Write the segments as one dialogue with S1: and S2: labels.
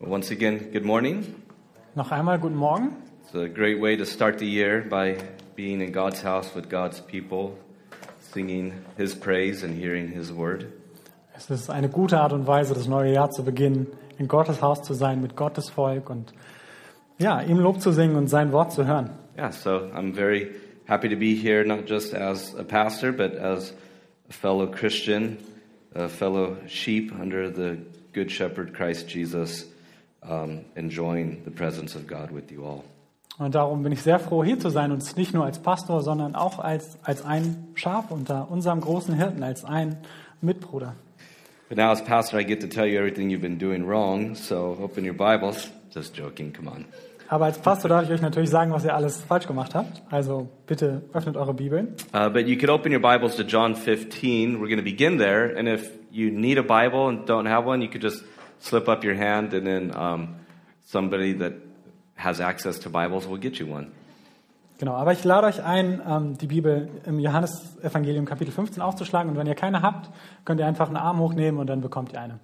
S1: Once again, good morning.
S2: Noch einmal guten Morgen.
S1: It's a great way to start the year by being in God's house with God's people, singing His praise and hearing His word.
S2: Es ist eine gute Art und Weise, das neue Jahr zu beginnen, in Gottes Haus zu sein, mit Gottes Volk und ja, ihm Lob zu singen und sein Wort zu hören.
S1: Yeah, so I'm very happy to be here, not just as a pastor, but as a fellow Christian, a fellow sheep under the Good Shepherd Christ Jesus, um, enjoying the presence of God with you all.
S2: Und darum bin ich sehr froh, hier zu sein und nicht nur als Pastor, sondern auch als, als ein Schaf unter unserem großen Hirten, als ein Mitbruder.
S1: But now, as pastor, I get to tell you everything you've been doing wrong, so open your Bibles. Just joking, come on.
S2: Aber als Pastor darf ich euch natürlich sagen, was ihr alles falsch gemacht habt. Also bitte öffnet eure Bibeln.
S1: Uh, but you could open your Bibles to John 15. We're going to begin there. And if you need a Bible and don't have one, you could just slip up your hand, and then um, somebody that has access to Bibles will get you one.
S2: Genau, aber ich lade euch ein, ähm, die Bibel im Johannesevangelium Kapitel 15 aufzuschlagen. Und wenn ihr keine habt, könnt ihr einfach einen Arm hochnehmen und dann bekommt ihr eine.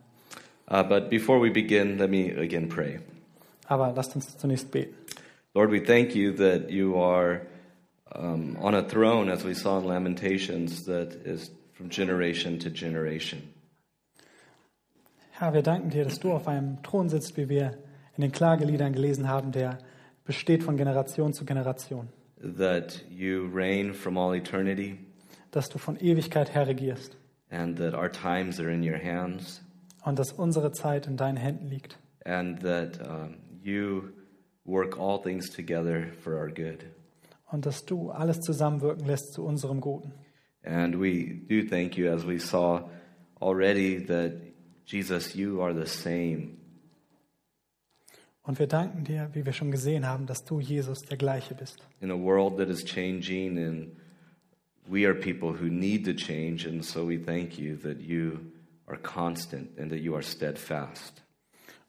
S1: Uh, but before we begin, let me again pray.
S2: Aber lasst uns zunächst beten.
S1: Lord, we thank you that you are um, on a throne, as we saw in Lamentations, that is from generation to generation.
S2: Herr, wir danken dir, dass du auf einem Thron sitzt, wie wir in den Klageliedern gelesen haben, der besteht von Generation zu Generation.
S1: That you reign from all eternity,
S2: Dass du von Ewigkeit her regierst
S1: and that our times are in your hands.
S2: und dass unsere Zeit in deinen Händen liegt.
S1: and that um, you work all things together for our good.
S2: Und dass du alles zusammenwirken lässt zu unserem Guten.
S1: And we do thank you, as we saw already, that Jesus, you are the same.
S2: Und wir danken dir, wie wir schon gesehen haben, dass du, Jesus, der Gleiche bist.
S1: In a world that is changing, and we are people who need to change, and so we thank you that you are constant and that you are steadfast.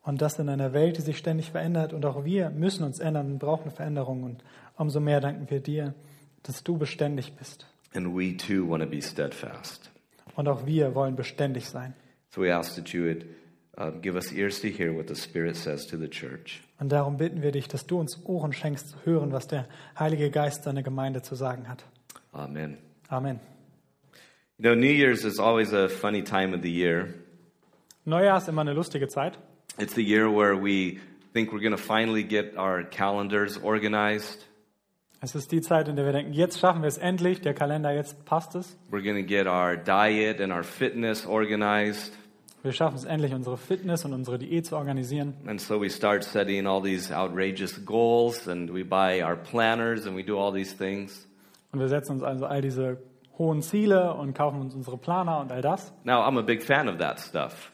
S2: Und das in einer Welt, die sich ständig verändert. Und auch wir müssen uns ändern und brauchen Veränderung. Und umso mehr danken wir dir, dass du beständig bist.
S1: And we too want to be steadfast.
S2: Und auch wir wollen beständig sein.
S1: So we ask that you would uh, give us ears to hear what the Spirit says to the church.
S2: Und darum bitten wir dich, dass du uns Ohren schenkst, zu hören, was der Heilige Geist seiner Gemeinde zu sagen hat.
S1: Amen.
S2: Amen.
S1: You know, New Year's is always a funny time of the year.
S2: Neujahr ist immer eine lustige Zeit.
S1: It's the year where we think we're going to finally get our calendars organized.
S2: Es ist die Zeit, in der wir denken, jetzt schaffen wir es endlich, der Kalender, jetzt passt es.
S1: We're going to get our diet and our fitness organized.
S2: Wir schaffen es endlich, unsere Fitness und unsere Diät zu organisieren.
S1: And so we start setting all these outrageous goals and we buy our planners and we do all these things.
S2: Und wir setzen uns also all diese hohen Ziele und kaufen uns unsere Planer und all das.
S1: Now, I'm a big fan of that stuff.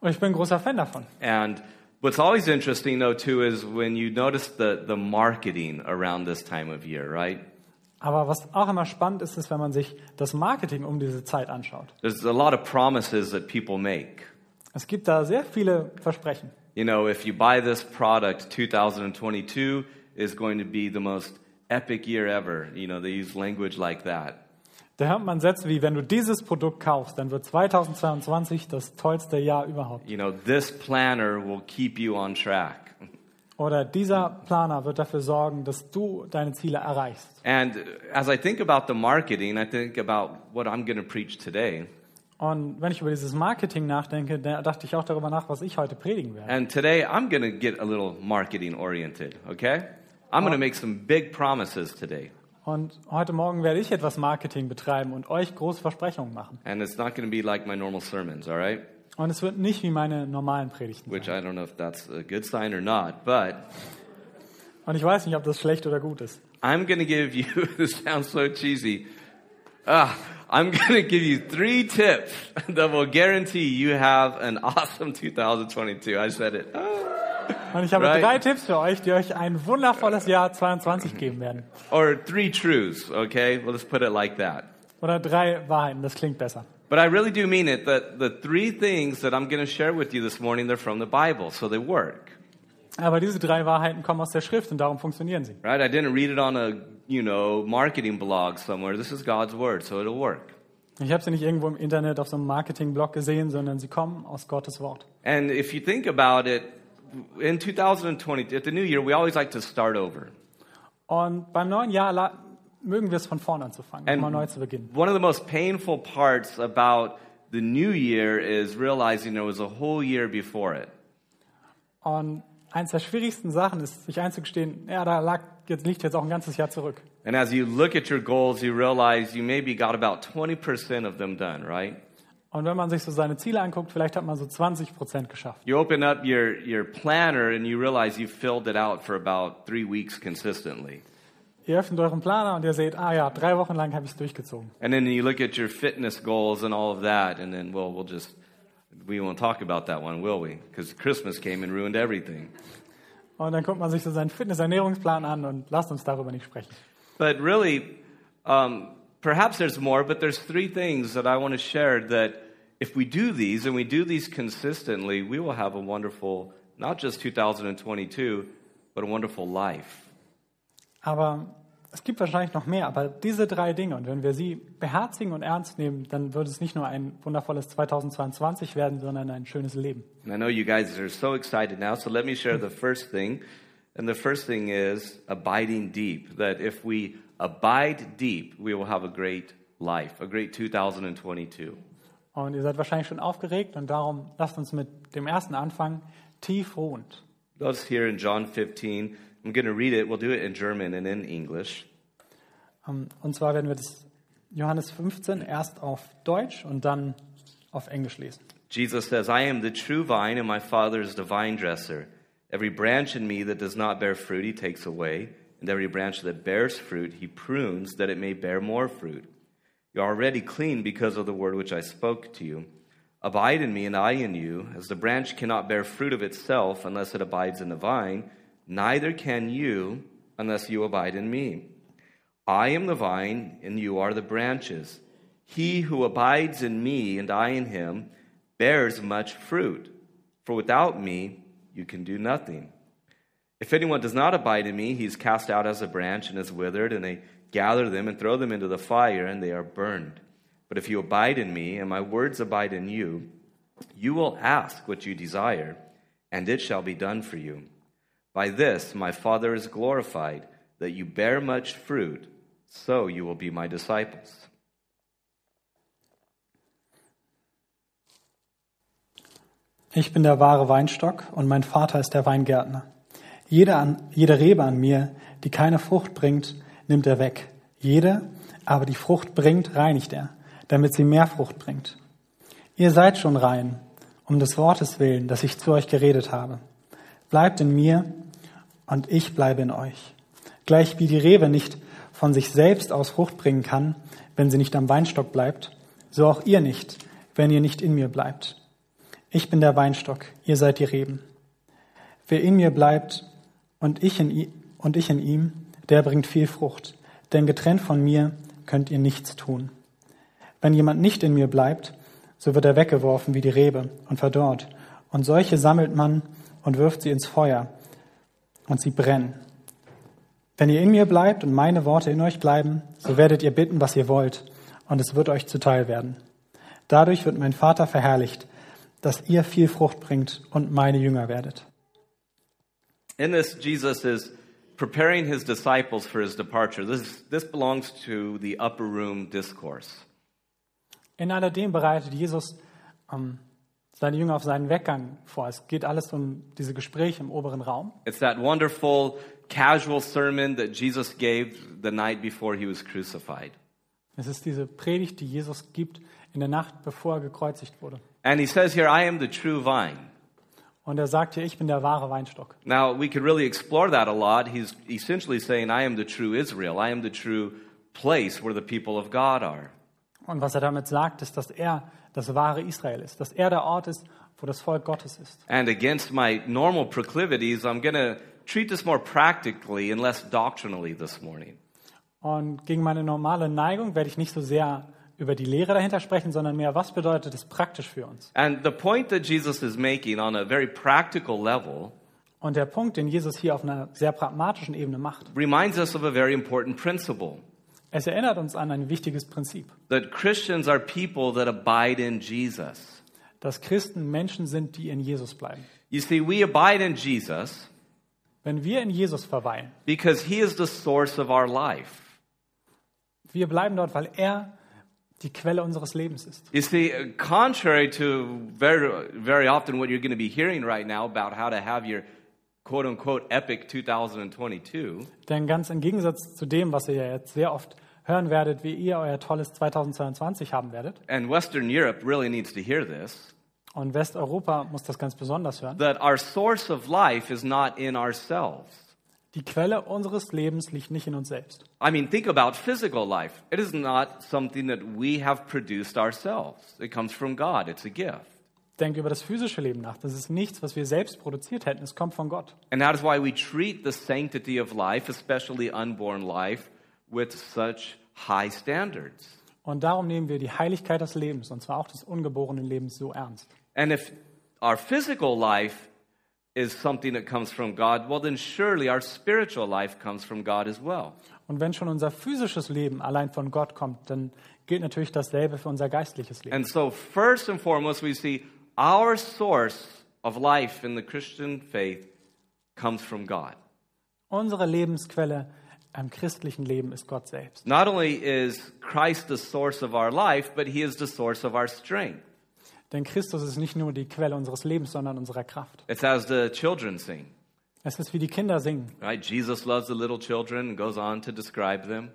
S2: Und ich bin ein großer Fan davon.
S1: And what's always interesting, though, too, is when you notice the, the marketing around this time of year, right?
S2: Aber was auch immer spannend ist, ist, wenn man sich das Marketing um diese Zeit anschaut.
S1: There's a lot of promises that people make.
S2: Es gibt da sehr viele Versprechen.
S1: You know, if you buy this product, 2022 is going to be the most epic year ever. You know, they use language like that.
S2: Da hört man Sätze wie, wenn du dieses Produkt kaufst, dann wird 2022 das tollste Jahr überhaupt.
S1: You know, this planner will keep you on track.
S2: Oder dieser Planer wird dafür sorgen, dass du deine Ziele erreichst.
S1: And as I think about the marketing, I think about what I'm going to preach today.
S2: Und wenn ich über dieses Marketing nachdenke, da dachte ich auch darüber nach, was ich heute predigen werde.
S1: And today I'm going to get a little marketing oriented, okay? I'm going to make some big promises today.
S2: Und heute Morgen werde ich etwas Marketing betreiben und euch große Versprechungen machen.
S1: And it's not going to be like my normal sermons, all right?
S2: Und es wird nicht wie meine normalen Predigten sein.
S1: Which I don't know if that's a good sign or not, but
S2: Und ich weiß nicht, ob das schlecht oder gut ist.
S1: I'm going to give you, this sounds so cheesy. Ah, I'm going to give you three tips that will guarantee you have an awesome 2022. I said it. Ah.
S2: Und ich habe
S1: Right.
S2: drei Tipps für euch, die euch ein wundervolles Jahr 22 geben werden.
S1: Or three truths, okay? Well, let's put it like that.
S2: Oder drei Wahrheiten, das klingt besser.
S1: But I really do mean it that the three things that I'm going to share with you this morning, they're from the Bible, so they work,
S2: Aber diese drei Wahrheiten kommen aus der Schrift und darum funktionieren sie.
S1: right? I didn't read it on a, you know, marketing blog somewhere. This is God's word, so it'll work.
S2: Ich habe sie nicht irgendwo im Internet auf so einem Marketing-Blog gesehen, sondern sie kommen aus Gottes Wort.
S1: And if you think about it, in 2020, at the new year, we always like to start over.
S2: Und beim neuen Jahr la- mögen wir es von vorne anzufangen,
S1: And-
S2: immer neu zu beginnen.
S1: One of the most painful parts about the new year is realizing there was a whole year before it.
S2: Und eins der schwierigsten Sachen ist, sich einzugestehen, ja, da lag, jetzt liegt jetzt auch ein ganzes Jahr zurück.
S1: And as you look at your goals, you realize you maybe got about 20% of them done, right?
S2: Und wenn man sich so seine Ziele anguckt, vielleicht hat man so 20 Prozent geschafft.
S1: You open up your, your planner and you realize you filled it out for about three weeks consistently.
S2: Ihr öffnet euren Planer und ihr seht, ah ja, drei Wochen lang habe ich es durchgezogen.
S1: And then you look at your fitness goals and all of that, and then, well, we'll just, we won't talk about that one, will we? Because Christmas came and ruined everything.
S2: Und dann guckt man sich so seinen Fitness-Ernährungsplan an und lasst uns darüber nicht sprechen.
S1: But really, um, perhaps there's more, but there's three things that I want to share that if we do these and we do these consistently, we will have a wonderful, not just 2022, but a wonderful life.
S2: Aber es gibt wahrscheinlich noch mehr, aber diese drei Dinge, und wenn wir sie beherzigen und ernst nehmen, dann wird es nicht nur ein wundervolles 2022 werden, sondern ein schönes Leben.
S1: And I know you guys are so excited now, so let me share the first thing. And the first thing is abiding deep, that if we abide deep, we will have a great life, a great 2022.
S2: Und ihr seid wahrscheinlich schon aufgeregt und darum lasst uns mit dem ersten anfangen, tief ruhend.
S1: Those here in John 15, I'm going to read it. We'll do it in German and in English.
S2: Ähm, Und zwar werden wir das Johannes 15 erst auf Deutsch und dann auf Englisch lesen.
S1: Jesus says, I am the true vine, and my Father is the vine dresser. Every branch in me that does not bear fruit, he takes away, and every branch that bears fruit, he prunes, that it may bear more fruit. You are already clean because of the word which I spoke to you. Abide in me, and I in you. As the branch cannot bear fruit of itself unless it abides in the vine, neither can you unless you abide in me. I am the vine, and you are the branches. He who abides in me, and I in him, bears much fruit. For without me, you can do nothing. If anyone does not abide in me, he is cast out as a branch and is withered, and they gather them and throw them into the fire, and they are burned. But if you abide in me, and my words abide in you, you will ask what you desire, and it shall be done for you. By this my Father is glorified, that you bear much fruit, so you will be my disciples.
S2: Ich bin der wahre Weinstock und mein Vater ist der Weingärtner. Jede, an, jede Rebe an mir, die keine Frucht bringt, nimmt er weg. Jede, aber die Frucht bringt, reinigt er, damit sie mehr Frucht bringt. Ihr seid schon rein, um des Wortes willen, das ich zu euch geredet habe. Bleibt in mir und ich bleibe in euch. Gleich wie die Rebe nicht von sich selbst aus Frucht bringen kann, wenn sie nicht am Weinstock bleibt, so auch ihr nicht, wenn ihr nicht in mir bleibt. Ich bin der Weinstock, ihr seid die Reben. Wer in mir bleibt und ich in, i- und ich in ihm, der bringt viel Frucht, denn getrennt von mir könnt ihr nichts tun. Wenn jemand nicht in mir bleibt, so wird er weggeworfen wie die Rebe und verdorrt, und solche sammelt man und wirft sie ins Feuer, und sie brennen. Wenn ihr in mir bleibt und meine Worte in euch bleiben, so werdet ihr bitten, was ihr wollt, und es wird euch zuteil werden. Dadurch wird mein Vater verherrlicht, dass ihr viel Frucht bringt und meine Jünger werdet.
S1: In this, Jesus is preparing his disciples for his departure. This, this belongs to the upper room discourse.
S2: In alledem bereitet Jesus ähm, seine Jünger auf seinen Weggang vor. Es geht alles um diese Gespräche im oberen Raum.
S1: It's that wonderful, casual sermon that Jesus gave the night before he was crucified.
S2: Es ist diese Predigt, die Jesus gibt in der Nacht, bevor er gekreuzigt wurde.
S1: And he says here, I am the true vine.
S2: Und er sagt hier, ich bin der wahre Weinstock.
S1: Now, we could really explore that a lot. He's essentially saying, I am the true Israel. I am the true place where the people of God are.
S2: Und was er damit sagt, ist, dass er das wahre Israel ist, dass er der Ort ist, wo das Volk Gottes ist.
S1: And against my normal proclivities, I'm going to treat this more practically and less doctrinally this morning.
S2: Und gegen meine normale Neigung werde ich nicht so sehr über die Lehre dahinter sprechen, sondern mehr, was bedeutet es praktisch für uns?
S1: And the point that Jesus is making on a very practical level
S2: Und der Punkt, den Jesus hier auf einer sehr pragmatischen Ebene macht,
S1: reminds us of a very important principle
S2: es erinnert uns an ein wichtiges Prinzip,
S1: that Christians are people that abide in Jesus.
S2: dass Christen Menschen sind, die in Jesus bleiben.
S1: You see, we abide in Jesus
S2: Wenn wir in Jesus verweilen,
S1: because he is the source of our life.
S2: wir bleiben dort, weil er die Quelle unseres Lebens ist.
S1: You see, uh, contrary to very, very often what you're going to be hearing right now about how to have your quote unquote epic 2022,
S2: Denn ganz im Gegensatz zu dem, was ihr ja jetzt sehr oft hören werdet, wie ihr euer tolles 2022 haben werdet,
S1: and Western Europe really needs to hear this,
S2: und Westeuropa muss das ganz besonders hören,
S1: that our source of life is not in ourselves.
S2: die Quelle unseres Lebens liegt nicht in uns selbst.
S1: I mean, think about physical life. It is not something that we have produced ourselves. It comes from God. It's a gift.
S2: Denke über das physische Leben nach. Das ist nichts, was wir selbst produziert hätten. Es kommt von Gott.
S1: And that is why we treat the sanctity of life, especially unborn life, with such high standards.
S2: Und darum nehmen wir die Heiligkeit des Lebens, und zwar auch des ungeborenen Lebens, so ernst.
S1: And if our physical life is something that comes from God, well, then surely our spiritual life comes from God as well.
S2: Und wenn schon unser physisches Leben allein von Gott kommt, dann gilt natürlich dasselbe für unser geistliches Leben.
S1: And so, first and foremost, we see our source of life in the Christian faith comes from God.
S2: Unsere Lebensquelle im christlichen Leben ist Gott selbst.
S1: Not only is Christ the source of our life, but he is the source of our strength.
S2: Denn Christus ist nicht nur die Quelle unseres Lebens, sondern unserer Kraft.
S1: It's as the children sing,
S2: Es ist wie die Kinder singen.
S1: right? Jesus loves the little children and goes on to describe them.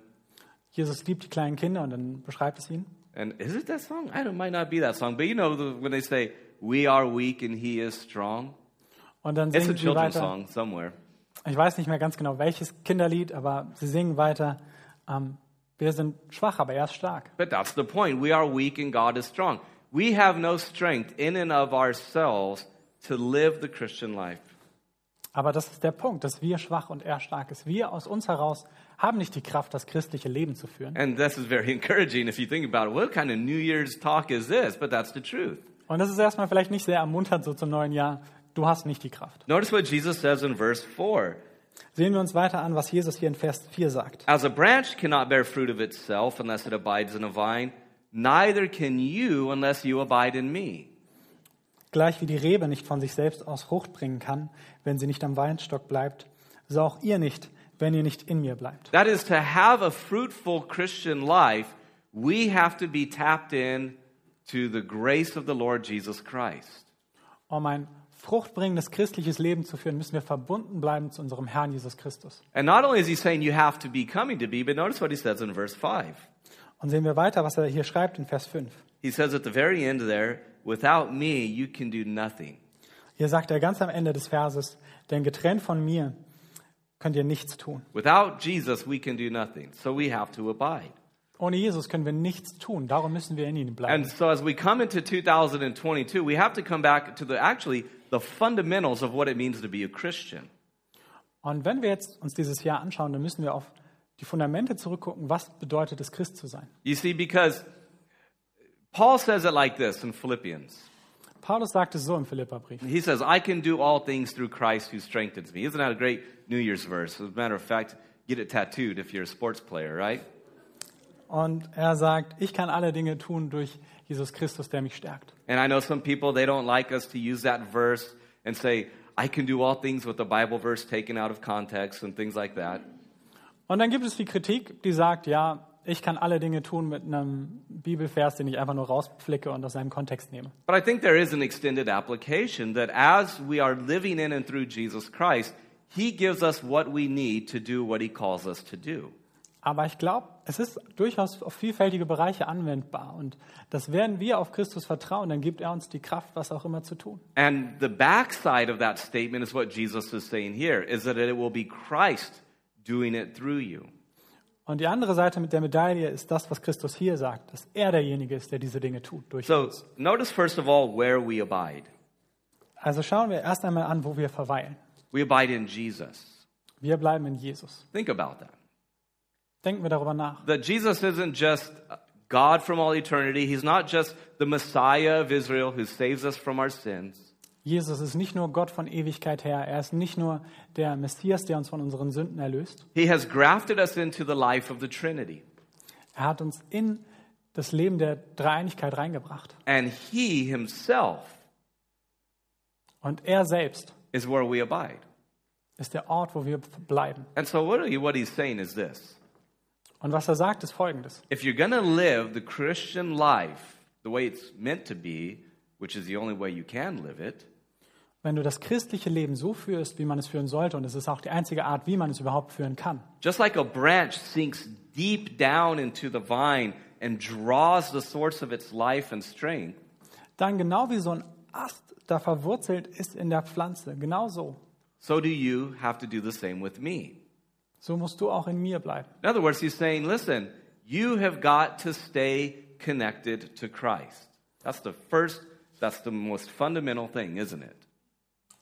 S2: Jesus liebt die kleinen Kinder und dann beschreibt es ihnen.
S1: And is it that song? I don't, might not be that song, but you know the, when they say, "We are weak and He is strong."
S2: Und dann
S1: It's a
S2: singen sie
S1: children's
S2: weiter.
S1: song somewhere.
S2: Ich weiß nicht mehr ganz genau, welches Kinderlied, aber sie singen weiter. Ähm, wir sind schwach, aber er ist stark.
S1: But that's the point. We are weak and God is strong. We have no strength in and of ourselves to live the Christian life.
S2: Aber das ist der Punkt, dass wir schwach und er stark ist. Wir aus uns heraus haben nicht die Kraft, das christliche Leben zu führen.
S1: And this is very encouraging if you think about it. What kind of New Year's talk is this? But that's the truth.
S2: Und das ist erstmal vielleicht nicht sehr ermunternd so zum neuen Jahr. Du hast nicht die Kraft.
S1: Notice what Jesus says in verse 4.
S2: Sehen wir uns weiter an, was Jesus hier in Vers 4 sagt.
S1: As a branch cannot bear fruit of itself unless it abides in a vine, neither can you unless you abide in me.
S2: Gleich wie die Rebe nicht von sich selbst aus Frucht bringen kann, wenn sie nicht am Weinstock bleibt, so auch ihr nicht, wenn ihr nicht in mir bleibt.
S1: That is, to have a fruitful Christian life, we have to be tapped in to the grace of the Lord Jesus Christ.
S2: Um ein fruchtbringendes christliches Leben zu führen, müssen wir verbunden bleiben zu unserem Herrn Jesus Christus.
S1: And not only is he saying you have to be coming to be, but notice what he says in verse 5.
S2: Und sehen wir weiter, was er hier schreibt in Vers 5.
S1: He says at the very end there, without me, you can do nothing.
S2: Hier sagt er ganz am Ende des Verses, denn getrennt von mir könnt ihr nichts tun.
S1: Without Jesus, we can do nothing. So we have to abide.
S2: Ohne Jesus können wir nichts tun, darum müssen wir in ihm bleiben.
S1: And so as we come into 2022, we have to come back to the actually the fundamentals of what it means to be a Christian.
S2: Und wenn wir jetzt uns dieses Jahr anschauen, dann müssen wir auf die Fundamente zurückgucken, was bedeutet es, Christ zu sein.
S1: You see, because Paul says it like this in Philippians.
S2: Paulus sagt es so im Philipperbrief.
S1: He says, I can do all things through Christ who strengthens me. Isn't that a great New Year's verse? As a matter of fact, get it tattooed if you're a sports player, right?
S2: Und er sagt, ich kann alle Dinge tun durch Jesus Christus, der mich stärkt.
S1: And I know some people, they don't like us to use that verse and say, I can do all things with the Bible verse taken out of context and things like that.
S2: Und dann gibt es die Kritik, die sagt, ja, ich kann alle Dinge tun mit einem Bibelvers, den ich einfach nur rausflicke und aus seinem Kontext nehme.
S1: But I think there is an extended application that as we are living in and through Jesus Christ, He gives us what we need to do what He calls us to do.
S2: Aber ich glaube, es ist durchaus auf vielfältige Bereiche anwendbar. Und das werden wir auf Christus vertrauen, dann gibt er uns die Kraft, was auch immer zu tun.
S1: And the backside of that statement is what Jesus is saying here, is that it will be Christ doing it through you.
S2: Und die andere Seite mit der Medaille ist das, was Christus hier sagt, dass er derjenige ist, der diese Dinge tut. Durch
S1: So
S2: uns.
S1: notice, first of all, where we abide.
S2: Also schauen wir erst einmal an, wo wir verweilen.
S1: We abide in Jesus.
S2: Wir bleiben in Jesus.
S1: Think about that.
S2: Denken wir darüber nach.
S1: That Jesus isn't just God from all eternity, He's not just the Messiah of Israel who saves us from our sins.
S2: Jesus ist nicht nur Gott von Ewigkeit her, er ist nicht nur der Messias, der uns von unseren Sünden erlöst.
S1: He has grafted us into the life of the Trinity.
S2: Er hat uns in das Leben der Dreieinigkeit reingebracht.
S1: And He Himself
S2: Und er selbst
S1: is where we abide.
S2: ist der Ort, wo wir bleiben.
S1: And so, really, what he's saying is this
S2: Und was er sagt, ist folgendes.
S1: if you're going to live the Christian life the way it's meant to be, which is the only way you can live it,
S2: Wenn du das christliche Leben so führst, wie man es führen sollte, und es ist auch die einzige Art, wie man es überhaupt führen kann,
S1: just like a branch sinks deep down into the vine and draws the source of its life and strength,
S2: dann genau wie so ein Ast da verwurzelt ist in der Pflanze, genau so,
S1: so do you have to do the same with me.
S2: so musst du auch in mir bleiben.
S1: In other words, he's saying, listen, you have got to stay connected to Christ. That's the first, that's the most fundamental thing, isn't it?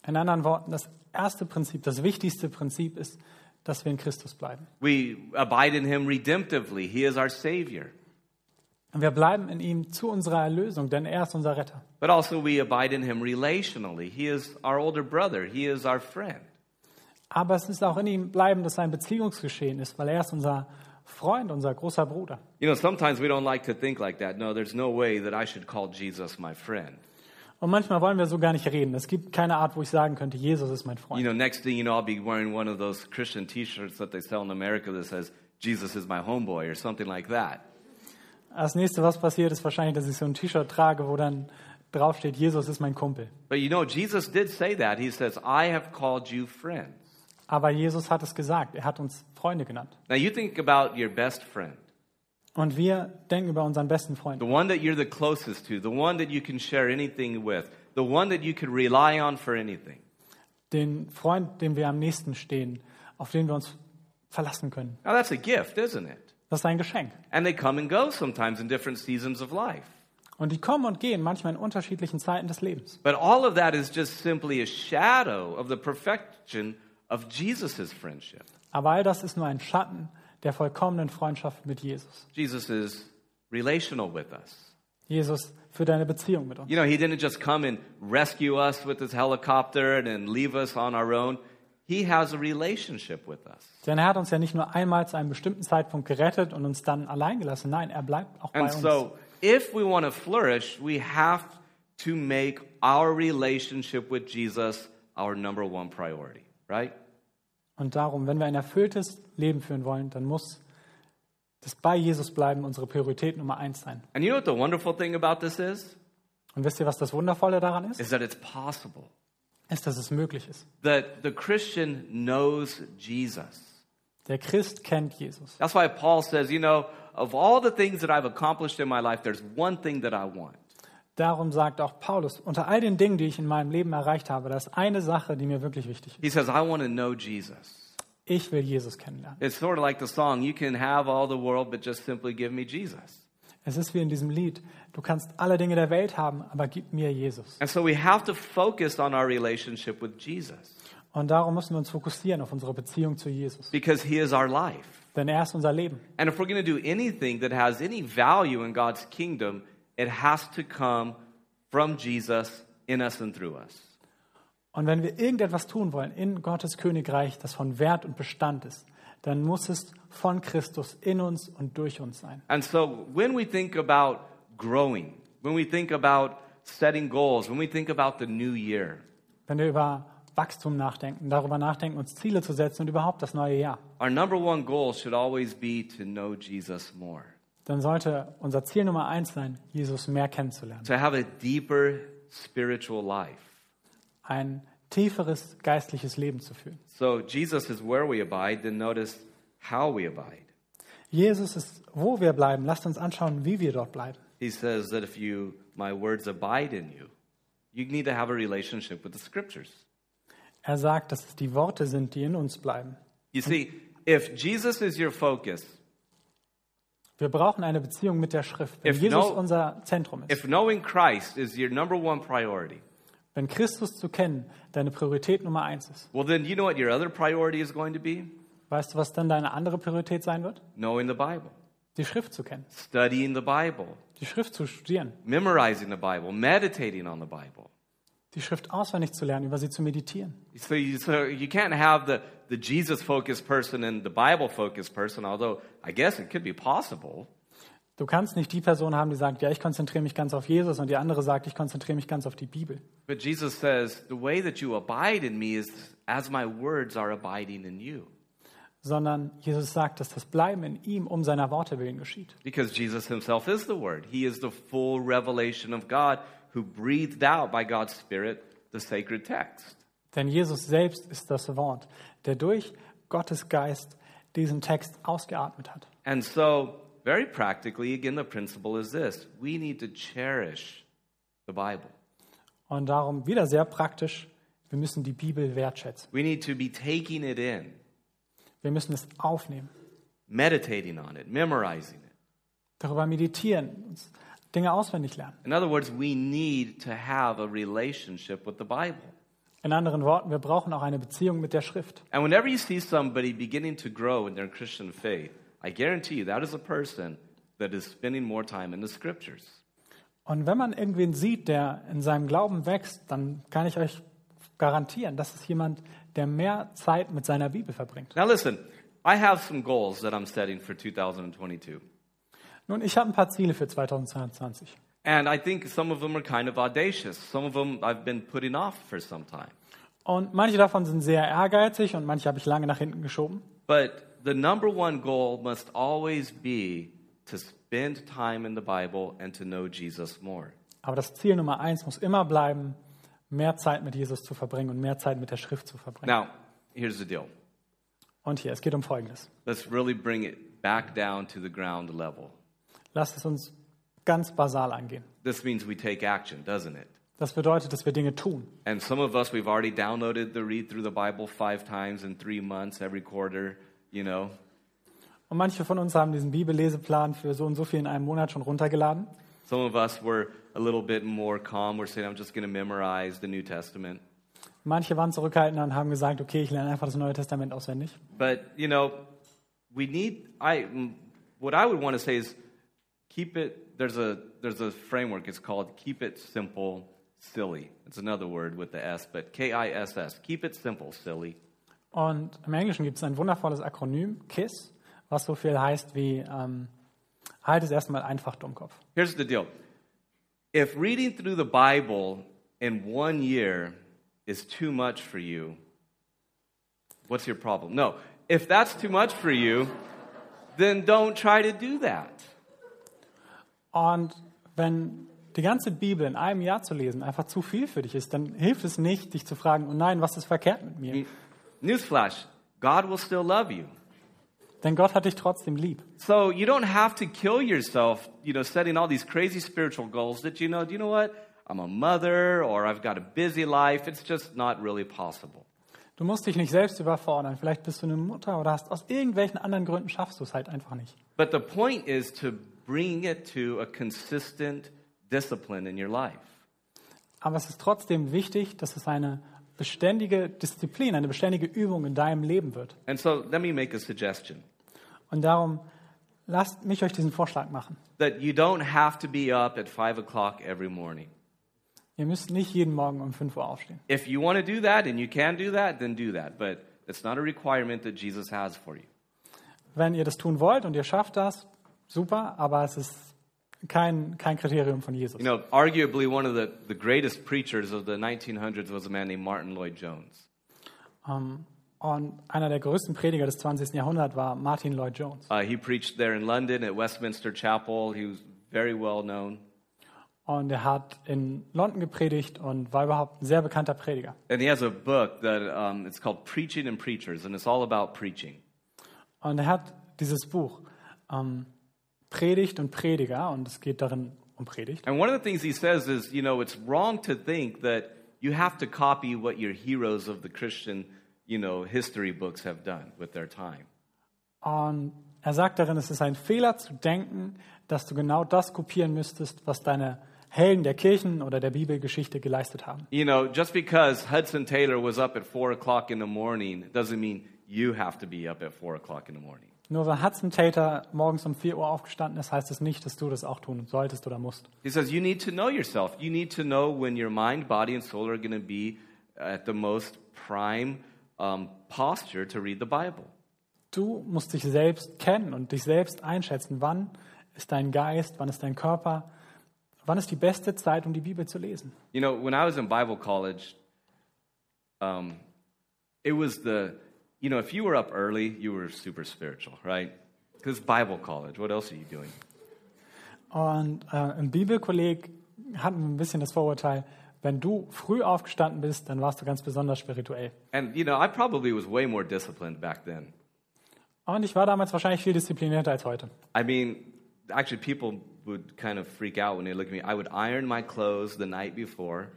S2: In anderen Worten, das erste Prinzip, das wichtigste Prinzip ist, dass wir in Christus bleiben.
S1: We abide in him redemptively. He is our Savior.
S2: Und wir bleiben in ihm zu unserer Erlösung, denn er ist unser Retter.
S1: But also we abide in him relationally. He is our older brother. He is our friend.
S2: Aber es ist auch in ihm bleiben, dass sein Beziehungsgeschehen ist, weil er ist unser Freund, unser großer Bruder.
S1: You know, sometimes we don't like to think like that. No, there's no way that I should call Jesus my friend.
S2: Und manchmal wollen wir so gar nicht reden. Es gibt keine Art, wo ich sagen könnte, Jesus ist mein
S1: You
S2: Freund.
S1: know, next thing you know, I'll be wearing one of those Christian t-shirts that they sell in America that says, Jesus is my homeboy or something like that.
S2: Das nächste, was passiert, ist wahrscheinlich, dass ich so ein T-Shirt trage, wo dann draufsteht, Jesus ist mein Kumpel.
S1: But you know, Jesus did say that. He says, I have called you friends.
S2: Aber Jesus hat es gesagt. Er hat uns Freunde genannt.
S1: Now you think about your best friend,
S2: Und wir denken über unseren besten Freund.
S1: the one that you're the closest to, the one that you can share anything with, the one that you can rely on for anything.
S2: Den Freund, dem wir am nächsten stehen, auf den wir uns verlassen können.
S1: Now that's a gift, isn't it?
S2: Das ist ein Geschenk.
S1: And they come and go sometimes in different seasons of life.
S2: Und die kommen und gehen, manchmal in unterschiedlichen Zeiten des Lebens.
S1: But all of that is just simply a shadow of the perfection of Jesus' friendship.
S2: Aber all das ist nur ein Schatten der vollkommenen Freundschaft mit Jesus.
S1: Jesus is relational with us.
S2: Jesus für deine Beziehung mit uns.
S1: You know, he didn't just come and rescue us with his helicopter and then leave us on our own. He has a relationship with us.
S2: Denn er hat uns ja nicht nur einmal zu einem bestimmten Zeitpunkt gerettet und uns dann allein gelassen. Nein, er bleibt auch bei
S1: And
S2: uns.
S1: so, if we want to flourish, we have to make our relationship with Jesus our number one priority, right?
S2: Und darum, wenn wir ein erfülltes Leben führen wollen, dann muss das bei Jesus bleiben unsere Priorität Nummer eins sein.
S1: And you know what the wonderful thing about this is?
S2: Und wisst ihr, was das Wundervolle daran ist?
S1: Is that it's possible.
S2: Ist, dass es möglich ist.
S1: That the Christian knows Jesus.
S2: Der Christ kennt Jesus.
S1: That's why Paul says, you know, of all the things that I've accomplished in my life, there's one thing that I want.
S2: Darum sagt auch Paulus, unter all den Dingen, die ich in meinem Leben erreicht habe, da ist eine Sache, die mir wirklich wichtig ist.
S1: He says, I want to know Jesus.
S2: Ich will Jesus kennenlernen.
S1: It's sort of like the song, you can have all the world, but just simply give me Jesus.
S2: Es ist wie in diesem Lied, du kannst alle Dinge der Welt haben, aber gib mir Jesus.
S1: And so we have to focus on our relationship with Jesus
S2: Und darum müssen wir uns fokussieren auf unsere Beziehung zu Jesus.
S1: because he is our life.
S2: Denn er ist unser Leben.
S1: And if we're going to do anything that has any value in God's kingdom, it has to come from Jesus in us and through us.
S2: Und wenn wir irgendetwas tun wollen in Gottes Königreich, das von Wert und Bestand ist, dann muss es von Christus in uns und durch uns sein.
S1: And so when we think about growing, when we think about setting goals, when we think about the new year,
S2: Wenn wir über Wachstum nachdenken, darüber nachdenken, uns Ziele zu setzen und überhaupt das neue Jahr,
S1: our number one goal should always be to know Jesus more.
S2: dann sollte unser Ziel Nummer eins sein, Jesus mehr kennenzulernen.
S1: to have a deeper spiritual life.
S2: Ein tieferes geistliches Leben zu führen.
S1: So Jesus is where we abide, then notice how we abide.
S2: Jesus ist, wo wir bleiben. Lasst uns anschauen, wie wir dort bleiben.
S1: He says that if you my words abide in you, you need to have a relationship with the scriptures.
S2: Er sagt, dass es die Worte sind, die in uns bleiben.
S1: You see, if Jesus is your focus,
S2: Wir brauchen eine Beziehung mit der Schrift. Wenn
S1: If
S2: Jesus
S1: no-
S2: unser Zentrum ist.
S1: if knowing Christ is your number one priority,
S2: Wenn Christus zu kennen deine Priorität Nummer eins ist,
S1: well then you know what your other priority is going to be?
S2: weißt du, was dann deine andere Priorität sein wird?
S1: Knowing the Bible,
S2: Die Schrift zu kennen,
S1: studying the Bible,
S2: die Schrift zu studieren,
S1: memorizing the Bible, meditating on the Bible.
S2: die Schrift auswendig zu lernen, über sie zu meditieren.
S1: So you, so you can't have the, the Jesus focused person and the Bible focused person, although I guess it could be possible.
S2: Du kannst nicht die Person haben, die sagt, ja, ich konzentriere mich ganz auf Jesus und die andere sagt, ich konzentriere mich ganz auf die Bibel.
S1: But Jesus says, The way that you abide in me is as my words are abiding in you.
S2: Sondern Jesus sagt, dass das Bleiben in ihm um seiner Worte willen geschieht.
S1: Because Jesus himself is the Word. He is the full revelation of God who breathed out by God's Spirit the sacred text.
S2: Denn Jesus selbst ist das Wort, der durch Gottes Geist diesen Text ausgeatmet hat.
S1: And so, very practically, again, the principle is this we need to cherish the Bible.
S2: Und darum wieder sehr praktisch, wir müssen die Bibel wertschätzen.
S1: We need to be taking it in,
S2: Wir müssen es aufnehmen,
S1: meditating on it, memorizing it.
S2: darüber meditieren, uns Dinge auswendig lernen.
S1: In other words, we need to have a relationship with the Bible.
S2: In anderen Worten, wir brauchen auch eine Beziehung mit der Schrift.
S1: And whenever you see somebody beginning to grow in their Christian faith, I guarantee you that is a person that is spending more time in the scriptures.
S2: Und wenn man irgendwen sieht, der in seinem Glauben wächst, dann kann ich euch garantieren, das ist jemand, der mehr Zeit mit seiner Bibel verbringt.
S1: Now, listen, I have some goals that I'm setting for 2022.
S2: Nun, ich habe ein paar Ziele für 2022.
S1: And I think some of them are kind of audacious. Some of them I've been putting off for some time.
S2: Und manche davon sind sehr ehrgeizig und manche habe ich lange nach hinten geschoben.
S1: But the number one goal must always be to spend time in the Bible and to know Jesus more.
S2: Aber das Ziel Nummer eins muss immer bleiben, mehr Zeit mit Jesus zu verbringen und mehr Zeit mit der Schrift zu verbringen.
S1: Now, here's the deal.
S2: Und hier, es geht um Folgendes.
S1: Let's really bring it back down to the ground level.
S2: Lasst es uns ganz basal angehen.
S1: This means we take action, doesn't it?
S2: Das bedeutet, dass wir Dinge tun.
S1: And some of us, we've already downloaded the Read Through the Bible five times in three months, every quarter, you know.
S2: Und manche von uns haben diesen Bibelleseplan für so und so viel in einem Monat schon runtergeladen.
S1: Some of us were a little bit more calm. We're saying, I'm just going to memorize the New Testament.
S2: Manche waren zurückhaltender und haben gesagt, okay, ich lerne einfach das Neue Testament auswendig.
S1: But, you know, we need, I, m- what I would want to say is keep it, there's a, there's a framework. It's called Keep It Simple, Silly. It's another word with the S, but K I S S. Keep It Simple, Silly.
S2: Und im Englischen gibt es ein wundervolles Akronym, KISS, was so viel heißt wie, ähm, halt es erstmal einfach dummkopf.
S1: Here's the deal. If reading through the Bible in one year is too much for you, what's your problem? No, if that's too much for you, then don't try to do that.
S2: Und wenn die ganze Bibel in einem Jahr zu lesen einfach zu viel für dich ist, dann hilft es nicht, dich zu fragen, oh nein, was ist verkehrt mit mir?
S1: Newsflash God will still love you.
S2: Denn Gott hat dich trotzdem lieb.
S1: So you don't have to kill yourself, you know, setting all these crazy spiritual goals that you know, do you know what? I'm a mother or I've got a busy life. It's just not really possible.
S2: Du musst dich nicht selbst überfordern. Vielleicht bist du eine Mutter oder hast aus irgendwelchen anderen Gründen schaffst du es halt einfach nicht.
S1: But the point is to bring it to a consistent discipline in your life.
S2: Aber es ist trotzdem wichtig, dass es eine beständige Disziplin, eine beständige Übung in deinem Leben wird.
S1: And so let me make a suggestion
S2: Und darum lasst mich euch diesen Vorschlag machen.
S1: that you don't have to be up at 5 o'clock every morning.
S2: Ihr müsst nicht jeden Morgen um 5 Uhr aufstehen.
S1: If you want to do that and you can do that, then do that. But it's not a requirement that Jesus has for you.
S2: Wenn ihr das tun wollt und ihr schafft das, super, aber es ist kein, kein Kriterium von Jesus.
S1: You know, arguably one of the, the greatest preachers of the 1900s was a man named Martin Lloyd Jones.
S2: Und einer der größten Prediger des 20. Jahrhunderts war Martin Lloyd Jones.
S1: Uh, he preached there in London at Westminster Chapel. He was very well known.
S2: Und er hat in London gepredigt und war überhaupt ein sehr bekannter Prediger.
S1: And he has a book that um, it's called Preaching and Preachers, and it's all about preaching.
S2: Und er hat dieses Buch ähm, Predigt und Prediger und es geht darin um Predigt.
S1: And one of the things he says is, you know, it's wrong to think that you have to copy what your heroes of the Christian, you know, history books have done with their time.
S2: Und er sagt darin, es ist ein Fehler zu denken, dass du genau das kopieren müsstest, was deine Helden der Kirchen oder der Bibelgeschichte geleistet haben.
S1: You know, just because Hudson Taylor was up at four o'clock in the morning doesn't mean you have to be up at four o'clock in the morning.
S2: Nur weil Hudson Tater morgens um 4 Uhr aufgestanden ist, heißt es nicht, dass du das auch tun solltest oder musst.
S1: He says you need to know yourself. You need to know when your mind, body, and soul are going to be at the most prime um, posture to read the Bible.
S2: Du musst dich selbst kennen und dich selbst einschätzen, wann ist dein Geist, wann ist dein Körper, wann ist die beste Zeit, um die Bibel zu lesen?
S1: You know, when I was in Bible college, um, it was the, you know, if you were up early, you were super spiritual, right? Because Bible college, what else are you doing?
S2: Und äh, im Bibelkolleg hatten wir ein bisschen das Vorurteil, wenn du früh aufgestanden bist, dann warst du ganz besonders spirituell.
S1: And, you know, I probably was way more disciplined back then.
S2: Und ich war damals wahrscheinlich viel disziplinierter als heute.
S1: I mean, actually, people would kind of freak out when they look at me. I would iron my clothes the night before.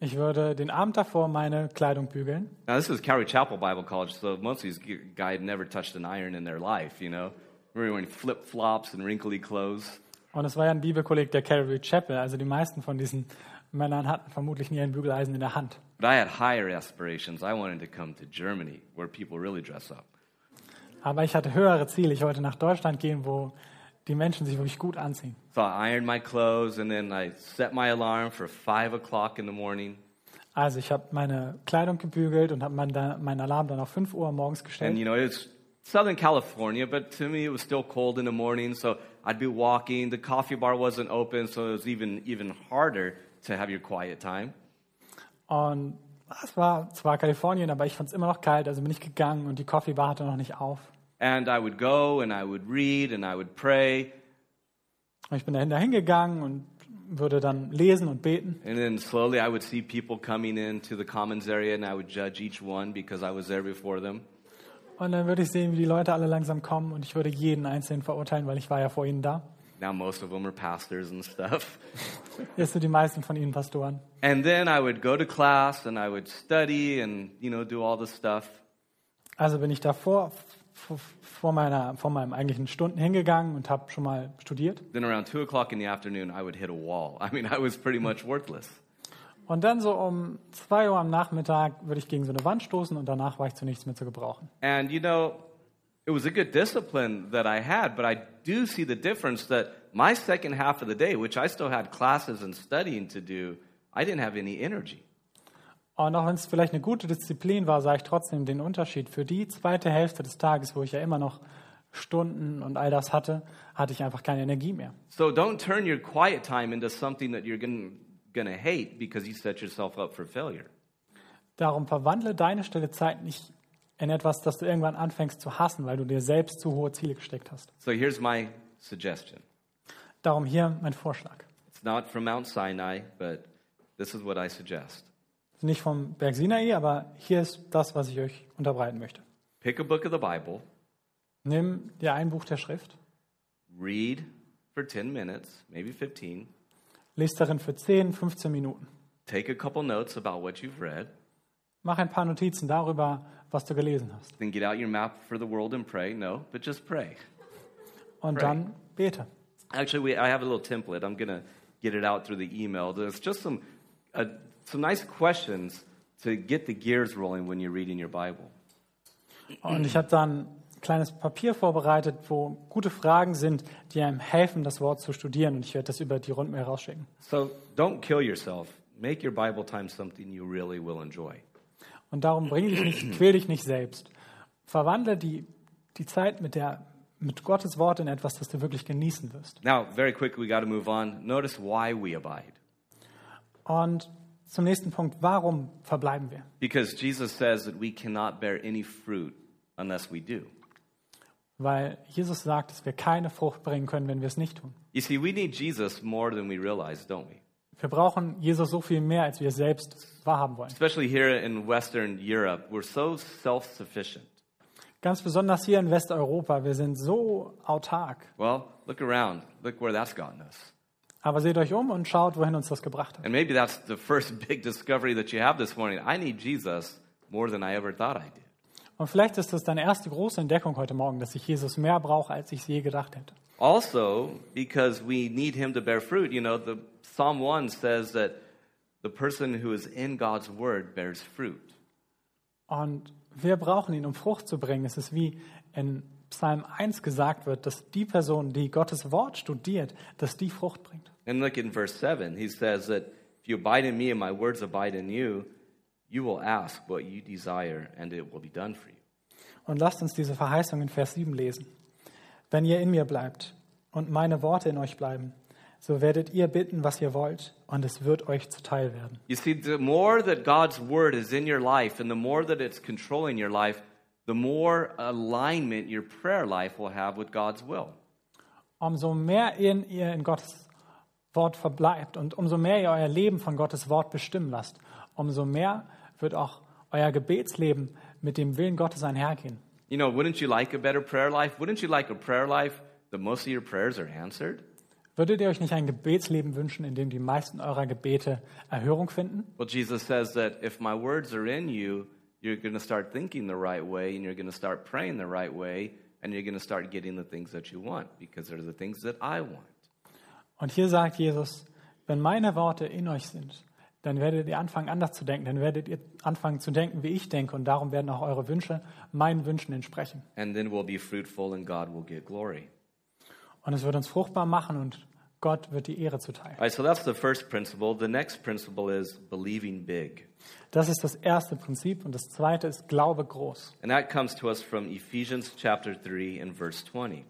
S2: Ich würde den Abend davor meine Kleidung bügeln.
S1: Now, this was Calvary Chapel Bible College, so most of these g- guys had never touched an iron in their life, you know? We were wearing flip flops and wrinkly clothes.
S2: Und es war ja ein Bibelkolleg der Calvary Chapel, also die meisten von diesen Männern hatten vermutlich nie ein Bügeleisen in der Hand.
S1: But I had higher aspirations. I wanted to come to Germany, where people really dress up.
S2: Aber ich hatte höhere Ziele. Ich wollte nach Deutschland gehen, wo die Menschen sich wirklich gut anziehen.
S1: So I ironed my clothes, and then I set my alarm for 5 o'clock in the morning.
S2: Also ich habe meine Kleidung gebügelt und habe meinen da- meinen Alarm dann auf 5 Uhr morgens
S1: And
S2: gestellt.
S1: you know, it's Southern California, but to me it was still cold in the morning, so I'd be walking. The coffee bar wasn't open, so it was even even harder to have your quiet time.
S2: Und es war zwar Kalifornien, aber ich fand es immer noch kalt, also bin ich gegangen und die Coffee Bar hatte noch nicht auf.
S1: And I would go and I would read and I would pray,
S2: Und ich bin dahin hingegangen und würde dann lesen und beten.
S1: and then slowly I would see people coming into the commons area and I would judge each one because I was there before them.
S2: Und dann würde ich sehen, wie die Leute alle langsam kommen und ich würde jeden einzelnen verurteilen, weil ich war ja vor ihnen da.
S1: Now most of them are pastors and stuff.
S2: Jetzt sind die meisten von ihnen Pastoren.
S1: And then I would go to class and I would study and you know do all this stuff.
S2: Also bin ich davor vor, vor meiner vor meinem eigentlichen Stunden hingegangen und habe schon mal studiert.
S1: Then around two o'clock in the afternoon, I would hit a wall. I mean, I was pretty much worthless.
S2: Und dann so um zwei Uhr am Nachmittag würde ich gegen so eine Wand stoßen und danach war ich zu nichts mehr zu gebrauchen.
S1: And you know, it was a good discipline that I had, but I do see the difference that my second half of the day, which I still had classes and studying to do, I didn't have any energy.
S2: Und auch wenn es vielleicht eine gute Disziplin war, sah ich trotzdem den Unterschied. Für die zweite Hälfte des Tages, wo ich ja immer noch Stunden und all das hatte, hatte ich einfach keine Energie mehr.
S1: So don't turn your quiet time into something that you're going to hate because you set yourself up for failure.
S2: Darum verwandle deine stille Zeit nicht in etwas, das du irgendwann anfängst zu hassen, weil du dir selbst zu hohe Ziele gesteckt hast.
S1: So here's my suggestion.
S2: Darum hier mein Vorschlag.
S1: It's not from Mount Sinai, but this is what I suggest.
S2: Nicht vom Berg Sinai, aber hier ist das, was ich euch unterbreiten möchte.
S1: Pick a book of the Bible,
S2: Nimm dir ein Buch der Schrift,
S1: read for 10 minutes, maybe 15,
S2: lest darin für 10, 15 Minuten.
S1: take a couple notes about what you've read,
S2: Mach ein paar Notizen darüber, was du gelesen hast.
S1: Then get out your map for the world and pray. No, but just pray.
S2: Und
S1: Pray.
S2: dann bete.
S1: Actually, we, I have a little template. I'm going to get it out through the email. There's just some, uh, some nice questions to get the gears rolling when you're reading your Bible.
S2: Und ich habe dann ein kleines Papier vorbereitet, wo gute Fragen sind, die einem helfen, das Wort zu studieren. Und ich werde das über die Rundmail rausschicken.
S1: So don't kill yourself. Make your Bible time something you really will enjoy.
S2: Und darum bring dich nicht, quäl dich nicht selbst. Verwandle die, die Zeit mit, der, mit Gottes Wort in etwas, das du wirklich genießen wirst.
S1: Now, very quickly, we got to move on. Notice why we abide.
S2: Und zum nächsten Punkt, warum verbleiben wir?
S1: Because Jesus says that we cannot bear any fruit unless we do.
S2: Weil Jesus sagt, dass wir keine Frucht bringen können, wenn wir es nicht tun.
S1: You see, we need Jesus more than we realize, don't we?
S2: Wir brauchen Jesus so viel mehr, als wir es selbst wahrhaben wollen.
S1: especially here in Western Europe, we're so self sufficient.
S2: Ganz besonders hier in Westeuropa, wir sind so autark.
S1: Well, look around. Look where that's gotten us.
S2: Aber seht euch um und schaut, wohin uns das gebracht hat.
S1: And maybe that's the first big discovery that you have this morning. I need Jesus more than I ever thought I did.
S2: Und vielleicht ist das deine erste große Entdeckung heute Morgen, dass ich Jesus mehr brauche, als ich es je gedacht hätte.
S1: Also, because we need him to bear fruit, you know, the Psalm 1 says that the person who is in God's word bears fruit.
S2: Und wir brauchen ihn, um Frucht zu bringen. Es ist wie in Psalm 1 gesagt wird, dass die Person, die Gottes Wort studiert, dass die Frucht bringt.
S1: And look in verse 7. He says that if you abide in me and my words abide in you, you will ask what you desire and it will be done for you.
S2: Und lasst uns diese Verheißung in Vers 7 lesen. Wenn ihr in mir bleibt und meine Worte in euch bleiben, so werdet ihr bitten, was ihr wollt, und es wird euch zuteil werden.
S1: You see, the more that God's word is in your life and the more that it's controlling your life, the more alignment your prayer life will have with God's will.
S2: Umso mehr in ihr in Gottes Wort verbleibt und umso mehr ihr euer Leben von Gottes Wort bestimmen lasst, umso mehr wird auch euer Gebetsleben mit dem Willen Gottes einhergehen.
S1: You know, wouldn't you like a better prayer life? Wouldn't you like a prayer life that most of your prayers are answered?
S2: Würdet ihr euch nicht ein Gebetsleben wünschen, in dem die meisten eurer Gebete Erhörung finden?
S1: Well, Jesus says that if my words are in you, you're going to start thinking the right way and you're going to start praying the right way and you're going to start getting the things that you want because they're the things that I want.
S2: Und hier sagt Jesus, wenn meine Worte in euch sind, dann werdet ihr anfangen anders zu denken, dann werdet ihr anfangen zu denken, wie ich denke, und darum werden auch eure Wünsche meinen Wünschen entsprechen.
S1: And then we'll be fruitful and God will get glory.
S2: Und es wird uns fruchtbar machen und Gott wird die Ehre zuteil.
S1: All right, so that's the first principle. The next principle is believing big.
S2: Das ist das erste Prinzip und das zweite ist Glaube groß.
S1: And that comes to us from Ephesians chapter 3 and verse 20.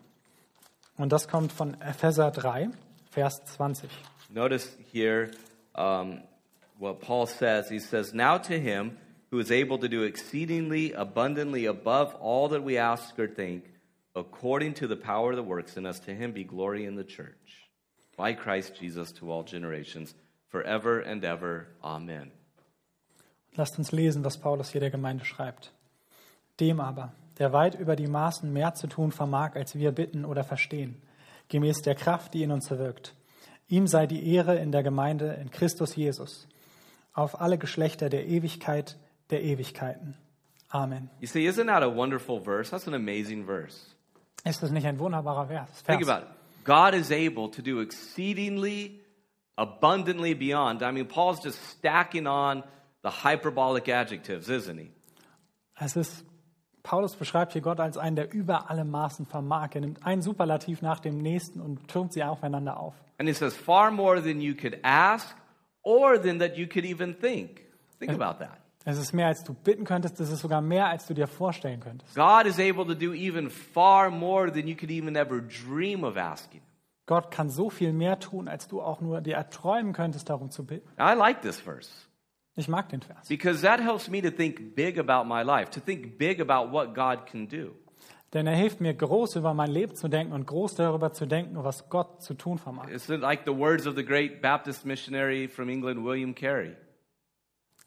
S2: Und das kommt von Epheser 3, Vers 20.
S1: Notice here um, what Paul says. He says, Now to him who is able to do exceedingly abundantly above all that we ask or think, according to the power that works in us, to him be glory in the church. By Christ Jesus to all generations, forever and ever. Amen.
S2: Lasst uns lesen, was Paulus hier der Gemeinde schreibt. Dem aber, der weit über die Maßen mehr zu tun vermag, als wir bitten oder verstehen, gemäß der Kraft, die in uns wirkt. Ihm sei die Ehre in der Gemeinde in Christus Jesus, auf alle Geschlechter der Ewigkeit der Ewigkeiten. Amen.
S1: You see, isn't that a wonderful verse? That's an amazing verse.
S2: Ist das nicht ein wunderbarer Vers?
S1: Think about it. God is able to do exceedingly abundantly beyond. I mean, Paul's just stacking on the hyperbolic adjectives, isn't he?
S2: Es ist, Paulus beschreibt hier Gott als einen, der über alle Maßen vermag. Er nimmt einen Superlativ nach dem nächsten und türmt sie aufeinander auf.
S1: And he says, far more than you could ask or than that you could even think. Think about that.
S2: Es ist mehr, als du bitten könntest. Es ist sogar mehr, als du dir vorstellen könntest.
S1: God is able to do even far more than you could even ever dream of asking.
S2: Gott kann so viel mehr tun, als du auch nur dir erträumen könntest, darum zu bitten.
S1: I like this verse
S2: Ich mag den Vers,
S1: because that helps me to think big about my life, to think big about what God can do.
S2: denn er hilft mir, groß über mein Leben zu denken und groß darüber zu denken, was Gott zu tun vermag.
S1: It's like the words of the great Baptist missionary from England, William Carey.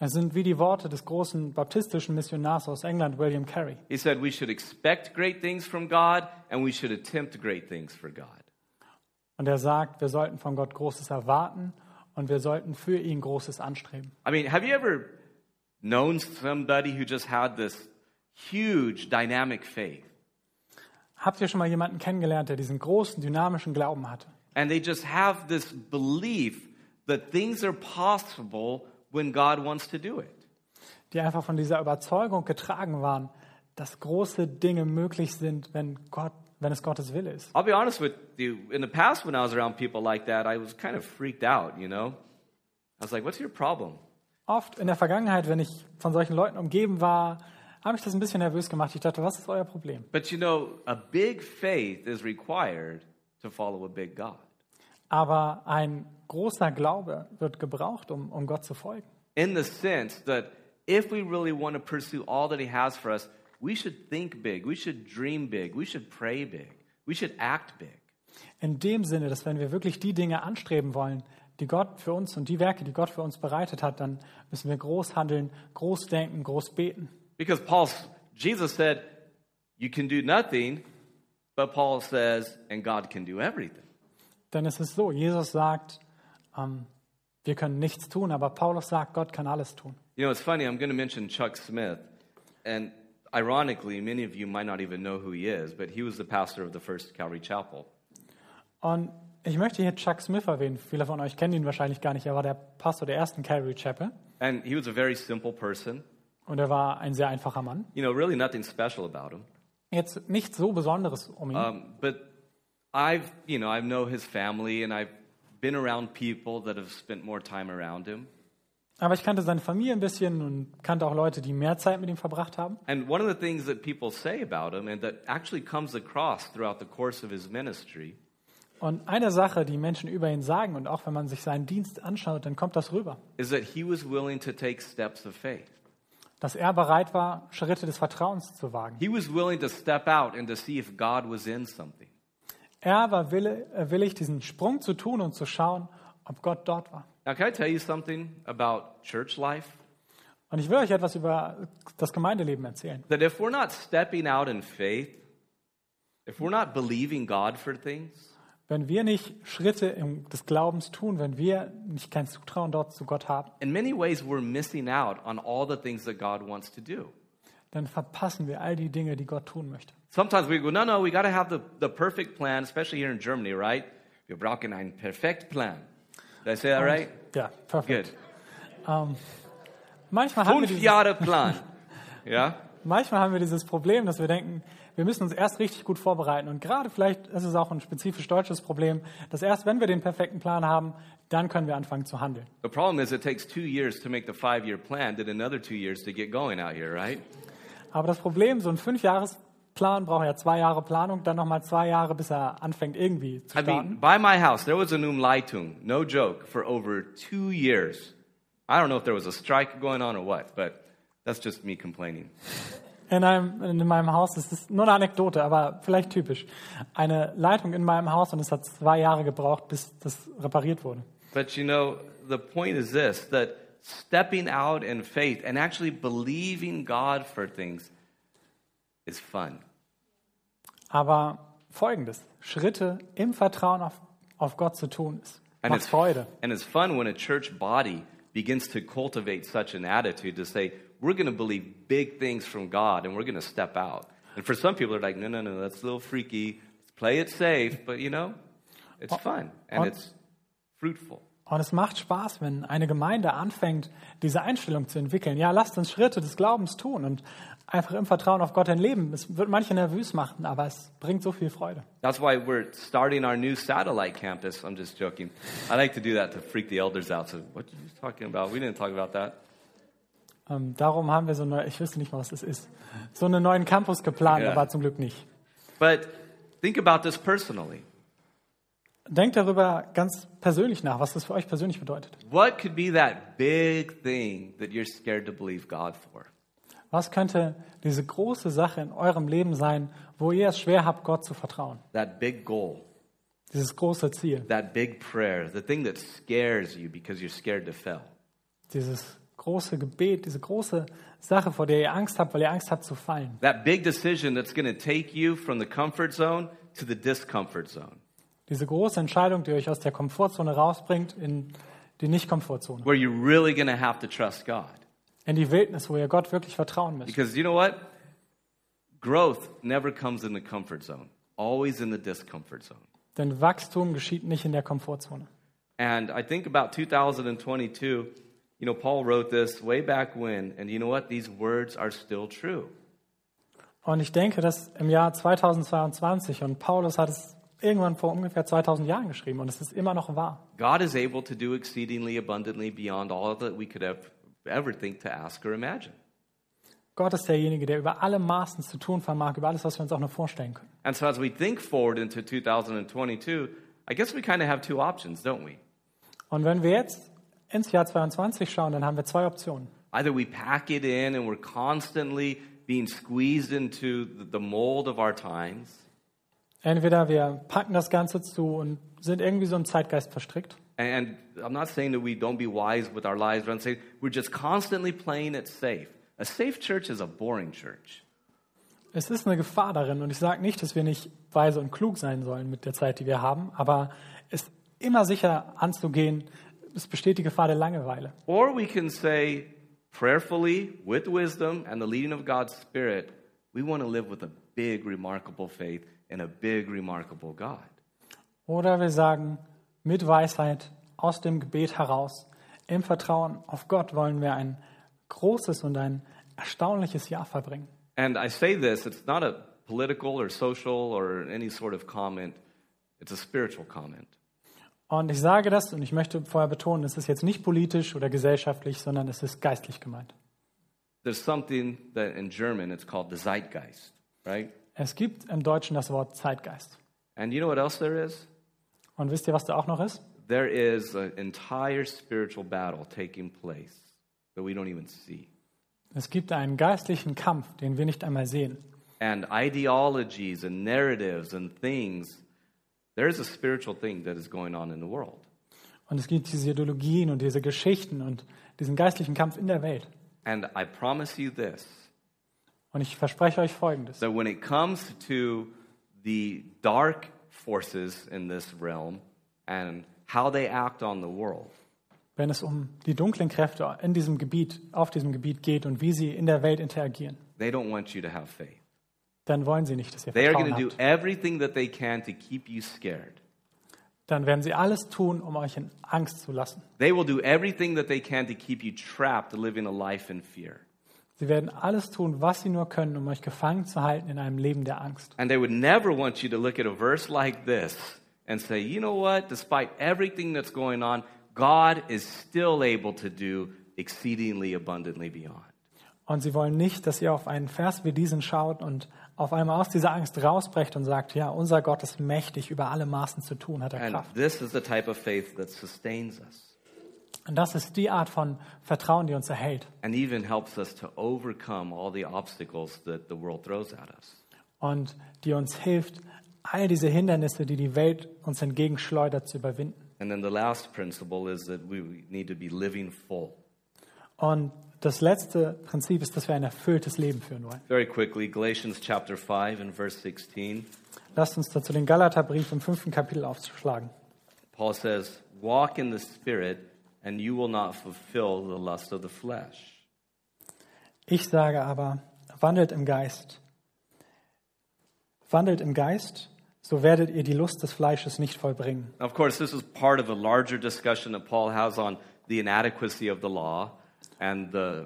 S2: Es sind wie die Worte des großen baptistischen Missionars aus England, William Carey.
S1: He said we should expect great things from God and we should attempt great things for God.
S2: Und er sagt, wir sollten von Gott Großes erwarten und wir sollten für ihn Großes anstreben.
S1: I mean, have you ever known somebody who just had this huge dynamic faith
S2: Habt ihr schon mal jemanden kennengelernt, der diesen großen, dynamischen Glauben hatte?
S1: and they just have this belief that things are possible when God wants to do it?
S2: Die einfach von dieser Überzeugung getragen waren, dass große Dinge möglich sind, wenn, Gott, wenn es Gottes Wille ist.
S1: I'll be honest with you, in the past when I was around people like that, I was kind of freaked out, you know? I was like, what's your problem?
S2: Oft in der Vergangenheit, wenn ich von solchen Leuten umgeben war, habe ich das ein bisschen nervös gemacht. Ich dachte, was ist euer Problem?
S1: But you know, a big faith is required to follow a big God.
S2: Aber ein großer Glaube wird gebraucht, um, um Gott zu folgen.
S1: in the sense that if we really want to pursue all that he has for us, we should think big, we should dream big, we should pray big, we should act big.
S2: In dem Sinne, dass wenn wir wirklich die Dinge anstreben wollen, die Gott für uns und die Werke, die Gott für uns bereitet hat, dann müssen wir groß handeln, groß denken, groß beten.
S1: Because Paul Jesus said, you can do nothing, but Paul says, and God can do everything.
S2: Denn es ist so, Jesus sagt, ähm, wir können nichts tun, aber Paulus sagt, Gott kann alles tun.
S1: You know, it's funny, I'm going to mention Chuck Smith, and ironically, many of you might not even know who he is, but he was the pastor of the first Calvary Chapel.
S2: Und ich möchte hier Chuck Smith erwähnen. Viele von euch kennen ihn wahrscheinlich gar nicht. Er war der Pastor der ersten Calvary Chapel
S1: And he was a very simple person,
S2: und er war ein sehr einfacher Mann.
S1: you know, really nothing special about him.
S2: Jetzt nichts so Besonderes um ihn.
S1: Um, but I've, you know, I know his family and I've been around people that have spent more time around him.
S2: Aber ich kannte seine Familie ein bisschen und kannte auch Leute, die mehr Zeit mit ihm verbracht haben.
S1: And one of the things that people say about him and that actually comes across throughout the course of his ministry
S2: Und eine Sache, die Menschen über ihn sagen, und auch wenn man sich seinen Dienst anschaut, dann kommt das rüber,
S1: is that he was willing to take steps of faith.
S2: dass er bereit war, Schritte des Vertrauens zu wagen.
S1: He was willing to step out and to see if God was in something.
S2: Er war wille- äh, willig, diesen Sprung zu tun und zu schauen, ob Gott dort war.
S1: Now, can I tell you something about church life?
S2: Und ich will euch etwas über das Gemeindeleben erzählen.
S1: That if we're not stepping out in faith, if we're not believing God for things,
S2: Wenn wir nicht Schritte im- des Glaubens tun, wenn wir nicht kein Zutrauen dort zu Gott haben,
S1: in many ways we're missing out on all the things that God wants to do.
S2: dann verpassen wir all die Dinge, die Gott tun möchte.
S1: Sometimes we go, no, no, we got to have the, the perfect plan, especially here in Germany, right? Wir brauchen einen perfekt Plan. Did I say that right?
S2: Ja, perfekt.
S1: Good.
S2: Manchmal haben, wir
S1: Fünf
S2: dieses,
S1: Jahre Plan. Yeah?
S2: manchmal haben wir dieses Problem, dass wir denken, wir müssen uns erst richtig gut vorbereiten. Und gerade vielleicht ist es auch ein spezifisch deutsches Problem, dass erst wenn wir den perfekten Plan haben, dann können wir anfangen zu handeln.
S1: The problem is it takes two years to make the five year plan, then another two years to get going out here, right?
S2: Aber das Problem, so ein Fünfjahresplan braucht ja zwei Jahre Planung, dann nochmal zwei Jahre, bis er anfängt irgendwie zu
S1: I mean,
S2: starten.
S1: by my house, there was an Umleitung, no joke, for over two years. I don't know if there was a strike going on or what, but that's just me complaining.
S2: in, einem, in meinem Haus, das ist nur eine Anekdote, aber vielleicht typisch, eine Leitung in meinem Haus und es hat zwei Jahre gebraucht, bis das repariert wurde.
S1: But you know, the point is this that stepping out in faith and actually believing God for things is fun.
S2: Aber folgendes, Schritte im Vertrauen auf, auf Gott zu tun, ist,
S1: And
S2: macht
S1: it's,
S2: Freude.
S1: and it's fun when a church body begins to cultivate such an attitude to say, we're going to believe big things from God and we're going to step out. And for some people, they're like, no, no, no, that's a little freaky. Let's play it safe. But you know, it's fun and
S2: on-
S1: it's fruitful.
S2: Und es macht Spaß, wenn eine Gemeinde anfängt, diese Einstellung zu entwickeln. Ja, lasst uns Schritte des Glaubens tun und einfach im Vertrauen auf Gott ein Leben. Es wird manche nervös machen, aber es bringt so viel Freude.
S1: That's why we're starting our new satellite campus. I'm just joking. I like to do that to freak the elders out. So, what are you talking about? We didn't talk about that.
S2: Ähm, darum haben wir so eine, ich wüsste nicht mal, was es ist, so einen neuen Campus geplant,
S1: Ja.
S2: aber zum Glück nicht.
S1: But think about this personally.
S2: Denkt darüber ganz persönlich nach, was das für euch persönlich bedeutet.
S1: What could be that big thing that you're scared to believe God for?
S2: Was könnte diese große Sache in eurem Leben sein, wo ihr es schwer habt, Gott zu vertrauen?
S1: that big goal,
S2: Dieses große Ziel,
S1: that big prayer, the thing that scares you because you're scared to fail.
S2: dieses große Gebet, diese große Sache, vor der ihr Angst habt, weil ihr Angst habt zu fallen.
S1: That big decision that's going to take you from the comfort zone to the discomfort zone,
S2: Diese große Entscheidung, die euch aus der Komfortzone rausbringt in die Nicht-Komfortzone,
S1: where you're really going to have to trust God.
S2: in die Wildnis, wo ihr Gott wirklich vertrauen müsst.
S1: Because you know what? Growth never comes in the comfort zone, always in the discomfort zone.
S2: Denn Wachstum geschieht nicht in der Komfortzone.
S1: And I think about 2022, you know, Paul wrote this way back when, and you know what? These words are still true.
S2: Und ich denke, dass im Jahr 2022, und Paulus hat es irgendwann vor ungefähr 2000 Jahren geschrieben, und es ist immer noch wahr.
S1: God is able to do exceedingly abundantly beyond all that we could have ever think to ask or imagine.
S2: Gott ist derjenige, der über alle Maßen zu tun vermag, über alles, was wir uns auch nur vorstellen können.
S1: And so as we think forward into 2022, I guess we kind of have two options, don't we?
S2: Und wenn wir jetzt ins Jahr 22 schauen, dann haben wir zwei Optionen.
S1: Either we pack it in and we're constantly being squeezed into the- the mold of our times,
S2: Entweder wir packen das Ganze zu und sind irgendwie so im Zeitgeist verstrickt.
S1: and I'm not saying that we don't be wise with our lives, but I'm saying we're just constantly playing it safe. A safe church is a boring church.
S2: Es ist eine Gefahr darin, und ich sage nicht, dass wir nicht weise und klug sein sollen mit der Zeit, die wir haben, aber es immer sicher anzugehen, es besteht die Gefahr der Langeweile.
S1: Or we can say prayerfully, with wisdom and the leading of God's Spirit, we want to live with a big, remarkable faith and a big, remarkable God.
S2: Oder wir sagen, mit Weisheit, aus dem Gebet heraus, im Vertrauen auf Gott wollen wir ein großes und ein erstaunliches Jahr verbringen.
S1: And I say this, it's not a political or social or any sort of comment, it's a spiritual comment.
S2: Und ich sage das und ich möchte vorher betonen, es ist jetzt nicht politisch oder gesellschaftlich, sondern es ist geistlich gemeint.
S1: There's something that in German it's called the Zeitgeist, right?
S2: Es gibt im Deutschen das Wort Zeitgeist.
S1: And you know what else there is?
S2: Und wisst ihr, was da auch noch ist?
S1: There is an entire spiritual battle taking place that we don't even see.
S2: Es gibt einen geistlichen Kampf, den wir nicht einmal sehen.
S1: And ideologies and narratives and things, there is a spiritual thing that is going on in the world.
S2: Und es gibt diese Ideologien und diese Geschichten und diesen geistlichen Kampf in der Welt.
S1: And I promise you this
S2: Und ich verspreche euch Folgendes.
S1: that when it comes to the dark forces in this realm and how they act on the world,
S2: Wenn es um die dunklen Kräfte in diesem Gebiet, auf diesem Gebiet geht und wie sie in der Welt interagieren,
S1: they don't want you to have faith.
S2: dann wollen sie nicht, dass ihr
S1: They are going to
S2: Vertrauen
S1: do
S2: habt.
S1: everything that they can to keep you scared.
S2: Dann werden sie alles tun, um euch in Angst zu lassen.
S1: They will do everything that they can to keep you trapped, living a life in fear.
S2: Sie werden alles tun, was sie nur können, um euch gefangen zu halten in einem Leben der Angst.
S1: And they would never want you to look at a verse like this and say, you know what, despite everything that's going on, God is still able to do exceedingly abundantly beyond.
S2: Und sie wollen nicht, dass ihr auf einen Vers wie diesen schaut und auf einmal aus dieser Angst rausbrecht und sagt, ja, unser Gott ist mächtig, über alle Maßen zu tun, hat er
S1: And
S2: Kraft.
S1: this is the type of faith that sustains us
S2: Und das ist die Art von Vertrauen, die uns erhält
S1: and even helps us to overcome all the obstacles that the world throws at us.
S2: und die uns hilft, all diese Hindernisse, die die Welt uns entgegenschleudert, zu überwinden.
S1: And then the last principle is that we need to be living full.
S2: Und das letzte Prinzip ist, dass wir ein erfülltes Leben führen wollen.
S1: Very quickly, Galatians chapter 5 and verse 16.
S2: Lasst uns dazu den Galaterbrief im fünften Kapitel aufschlagen.
S1: Paul says, Walk in the Spirit, and you will not fulfill the lust of the flesh.
S2: Ich sage aber, wandelt im Geist. Wandelt im Geist, so werdet ihr die Lust des Fleisches nicht vollbringen.
S1: Now, of course, this is part of a larger discussion that Paul has on the inadequacy of the law and the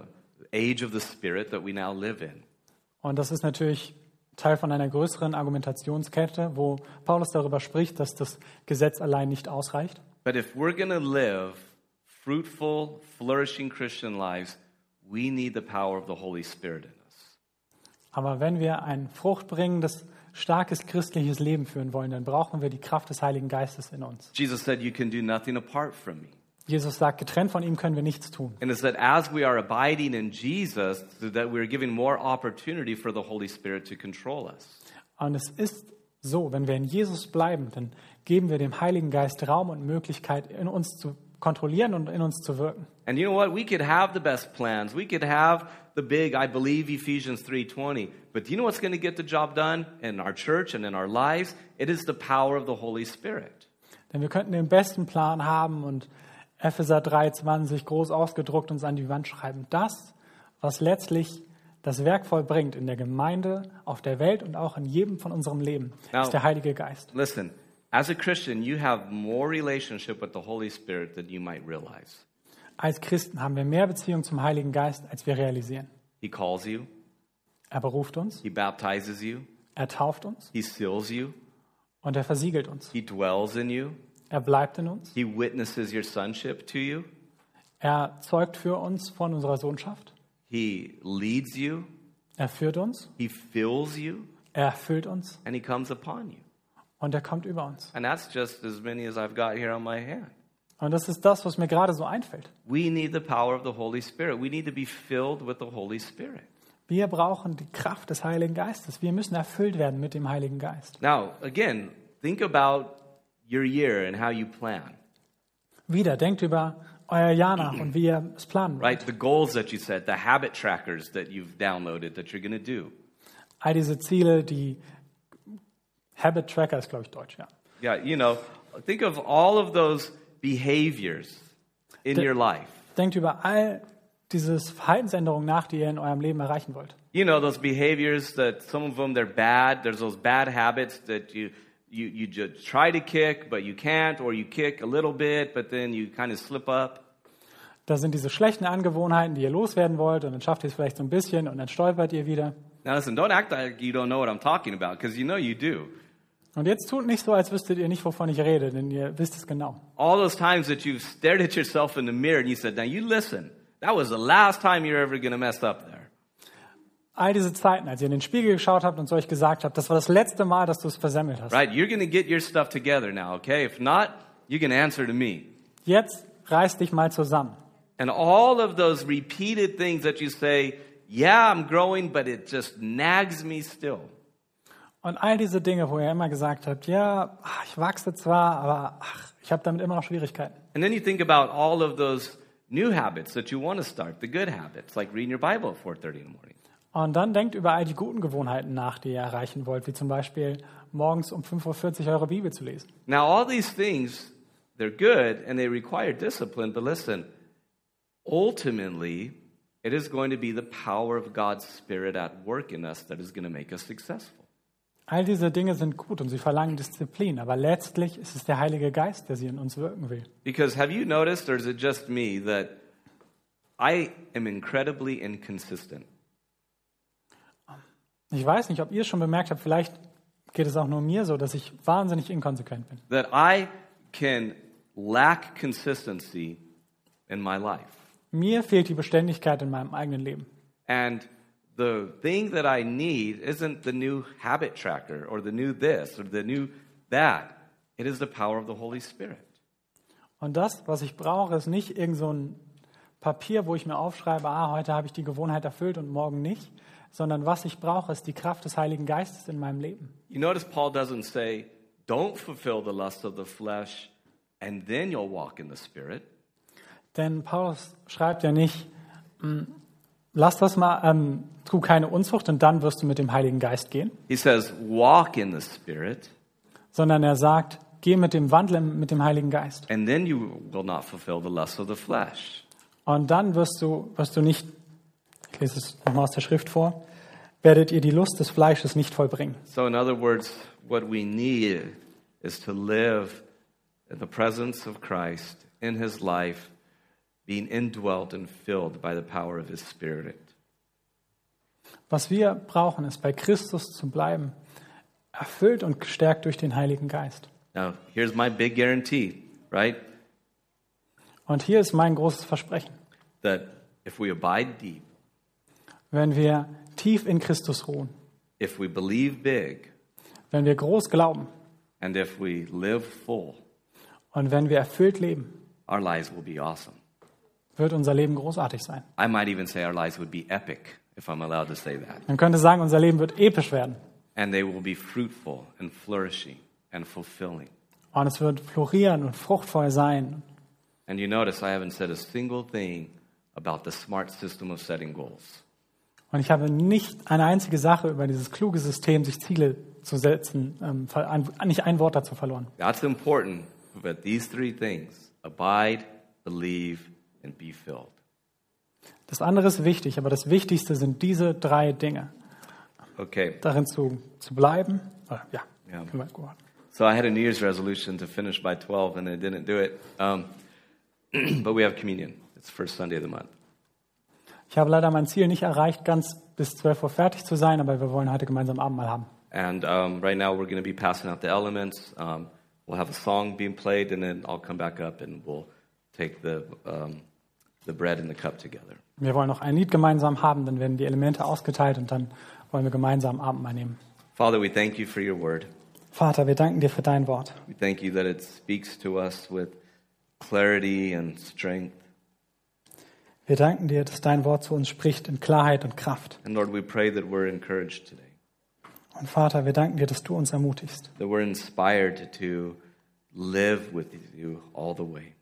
S1: age of the Spirit that we now live in.
S2: Und das ist natürlich Teil von einer größeren Argumentationskette, wo Paulus darüber spricht, dass das Gesetz allein nicht ausreicht.
S1: But if we're going to live fruitful, flourishing Christian lives, we need the power of the Holy Spirit in us.
S2: Aber wenn wir ein fruchtbringendes, starkes christliches Leben führen wollen, dann brauchen wir die Kraft des Heiligen Geistes in uns.
S1: Jesus said, You can do nothing apart from me.
S2: Jesus sagt, getrennt von ihm können wir nichts tun.
S1: And it's that as we are abiding in Jesus, that we're giving more opportunity for the Holy Spirit to control us.
S2: Und es ist so, wenn wir in Jesus bleiben, dann geben wir dem Heiligen Geist Raum und Möglichkeit, in uns zu kontrollieren und in uns zu wirken.
S1: And you know what? We could have the best plans. We could have the big, I believe, Ephesians 3.20. But do you know what's going to get the job done in our church and in our lives? It is the power of the Holy Spirit.
S2: Denn wir könnten den besten Plan haben und Epheser 3,20 groß ausgedruckt uns an die Wand schreiben. Das, was letztlich das Werk vollbringt in der Gemeinde, auf der Welt und auch in jedem von unserem Leben,
S1: Now-
S2: ist der Heilige Geist.
S1: Listen, as a Christian, you have more relationship with the Holy Spirit than you might realize.
S2: Als Christen haben wir mehr Beziehung zum Heiligen Geist, als wir realisieren.
S1: He calls you.
S2: Er beruft uns,
S1: He baptizes you.
S2: er tauft uns
S1: He seals you.
S2: und er versiegelt uns.
S1: He dwells in you.
S2: Er bleibt in uns.
S1: He witnesses your sonship to you.
S2: Er zeugt für uns von unserer Sohnschaft.
S1: He leads you.
S2: Er führt uns,
S1: He fills you.
S2: er erfüllt uns
S1: And he comes upon you.
S2: und er kommt über uns.
S1: And that's just as many as I've got here on my hand.
S2: Und das ist das, was mir gerade so einfällt.
S1: We need the power of the Holy Spirit. We need to be filled with the Holy Spirit.
S2: Wir brauchen die Kraft des Heiligen Geistes. Wir müssen erfüllt werden mit dem Heiligen Geist.
S1: Now, again, think about your year and how you plan,
S2: Wieder, denkt über euer Jahr nach und wie ihr es planen wollt.
S1: right? The goals that you set, the habit trackers that you've downloaded that you're going to do.
S2: All diese Ziele, die Habit Tracker ist, glaube ich, Deutsch, ja.
S1: Yeah, you know, think of all of those behaviors in your life.
S2: Denkt über all diese Verhaltensänderungen nach, die ihr in eurem Leben erreichen wollt.
S1: You know, those behaviors that some of them they're bad. There's those bad habits that you you you just try to kick but you can't or you kick a little bit but then you kind of slip up.
S2: Da sind diese schlechten Angewohnheiten, die ihr loswerden wollt, und dann schafft ihr es vielleicht so ein bisschen und dann stolpert ihr wieder.
S1: Now listen, don't act like you don't know what I'm talking about because you know you do.
S2: Und jetzt tut nicht so, als wüsstet ihr nicht, wovon ich rede, denn ihr wisst es genau.
S1: All those times that you've stared at yourself in the mirror and you said, "Now you listen. That was the last time you're ever going to mess up there."
S2: all diese Zeiten, als ihr in den Spiegel geschaut habt und zu euch gesagt habt, das war das letzte Mal, dass du es versemmelt hast.
S1: Right? You're going to get your stuff together now, okay? If not, you can answer to me.
S2: Jetzt reiß dich mal zusammen.
S1: And all of those repeated things that you say, yeah, I'm growing, but it just nags me still.
S2: Und all diese Dinge, wo ihr immer gesagt habt, ja, ach, ich wachse zwar, aber ach, ich habe damit immer noch Schwierigkeiten.
S1: And then you think about all of those new habits that you want to start, the good habits, like reading your Bible at 4:30 in the morning.
S2: Und dann denkt über all die guten Gewohnheiten nach, die ihr erreichen wollt, wie zum Beispiel morgens um 5.40 Uhr eure Bibel zu lesen.
S1: Now, all these things, they're good and they require discipline, but listen, ultimately, it is going to be the power of God's Spirit at work in us that is going to make us successful.
S2: All diese Dinge sind gut und sie verlangen Disziplin, aber letztlich ist es der Heilige Geist, der sie in uns wirken will.
S1: Because have you noticed, or is it just me, that I am incredibly inconsistent?
S2: Ich weiß nicht, ob ihr es schon bemerkt habt, vielleicht geht es auch nur mir so, dass ich wahnsinnig inkonsequent bin.
S1: That I can lack consistency in my life.
S2: Mir fehlt die Beständigkeit in meinem eigenen Leben.
S1: And the thing that I need isn't the new habit tracker or the new this or the new that. It is the power of the Holy Spirit.
S2: Und das, was ich brauche, ist nicht irgend so ein Papier, wo ich mir aufschreibe, ah, heute habe ich die Gewohnheit erfüllt und morgen nicht, sondern was ich brauche, ist die Kraft des Heiligen Geistes in meinem Leben.
S1: You notice Paul doesn't say, don't fulfill the lust of the flesh and then you'll walk in the Spirit.
S2: Denn Paulus schreibt ja nicht, mm, lass das mal, ähm, tu keine Unzucht und dann wirst du mit dem Heiligen Geist gehen,
S1: He says, walk in the Spirit
S2: sondern er sagt, geh mit dem Wandel im- mit dem Heiligen Geist.
S1: and then you will not fulfill the lust of the flesh.
S2: Und dann wirst du, wirst du nicht, ich lese es nochmal aus der Schrift vor, werdet ihr die Lust des Fleisches nicht vollbringen.
S1: So, in other words, what we need is to live in the presence of Christ in his life, being indwelt and filled by the power of his Spirit.
S2: Was wir brauchen, ist bei Christus zu bleiben, erfüllt und gestärkt durch den Heiligen Geist.
S1: Now, here's my big guarantee, right?
S2: Und hier ist mein großes Versprechen.
S1: That if we abide deep,
S2: Wenn wir tief in Christus ruhen,
S1: if we believe big,
S2: wenn wir groß glauben
S1: and if we live full,
S2: und wenn wir erfüllt leben,
S1: our lives will be awesome.
S2: wird unser Leben großartig sein.
S1: I might even say our lives would be epic, if I'm allowed to say that.
S2: Man könnte sagen, unser Leben wird episch werden
S1: And they will be fruitful and flourishing and fulfilling.
S2: und es wird florieren und fruchtvoll sein.
S1: And you notice I haven't said a single thing about the smart system of setting goals.
S2: Und ich habe nicht eine einzige Sache über dieses kluge System, sich Ziele zu setzen, ähm, ver- ein- nicht ein Wort dazu verloren.
S1: That's important, but these three things abide, believe, and be filled.
S2: Das andere ist wichtig, aber das Wichtigste sind diese drei Dinge.
S1: Okay,
S2: Darin zu, zu bleiben, äh, ja,
S1: Ja.
S2: können wir gut machen.
S1: so I had a New Year's resolution to finish by 12, and I didn't do it. Um, but we have communion, it's the first Sunday of the month.
S2: Ich habe leider mein Ziel nicht erreicht, ganz bis 12 Uhr fertig zu sein, aber wir wollen heute gemeinsam Abendmahl haben.
S1: And um, right now we're going to be passing out the elements. Um, we'll have a song being played, and then I'll come back up and we'll take the, um, the bread and the cup together.
S2: Wir wollen noch ein Lied gemeinsam haben, dann werden die Elemente ausgeteilt und dann wollen wir gemeinsam Abendmahl nehmen.
S1: Father, we thank you for your word.
S2: Vater, wir danken dir für dein Wort.
S1: We thank you that it speaks to us with clarity and strength.
S2: Wir danken dir, dass dein Wort zu uns spricht in Klarheit und Kraft.
S1: And Lord, we pray that we're encouraged today,
S2: Und Vater, wir danken dir, dass du uns ermutigst,
S1: that we're inspired to live with you all the way.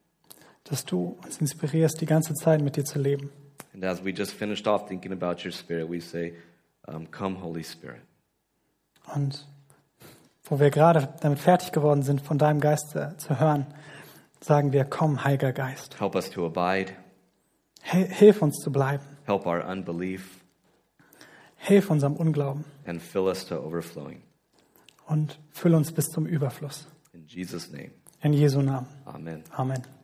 S2: dass du uns inspirierst, die ganze Zeit mit dir zu leben.
S1: And as we just finished off thinking about your spirit, we say, um, Come, Holy Spirit.
S2: Und wo wir gerade damit fertig geworden sind, von deinem Geist äh, zu hören, sagen wir, komm, Heiliger Geist,
S1: Help us to abide,
S2: Hil- hilf uns zu bleiben,
S1: help our unbelief,
S2: hilf unserem Unglauben
S1: and fill us to overflowing.
S2: und fülle uns bis zum Überfluss.
S1: In Jesus' name,
S2: In Jesu Namen.
S1: amen.
S2: Amen.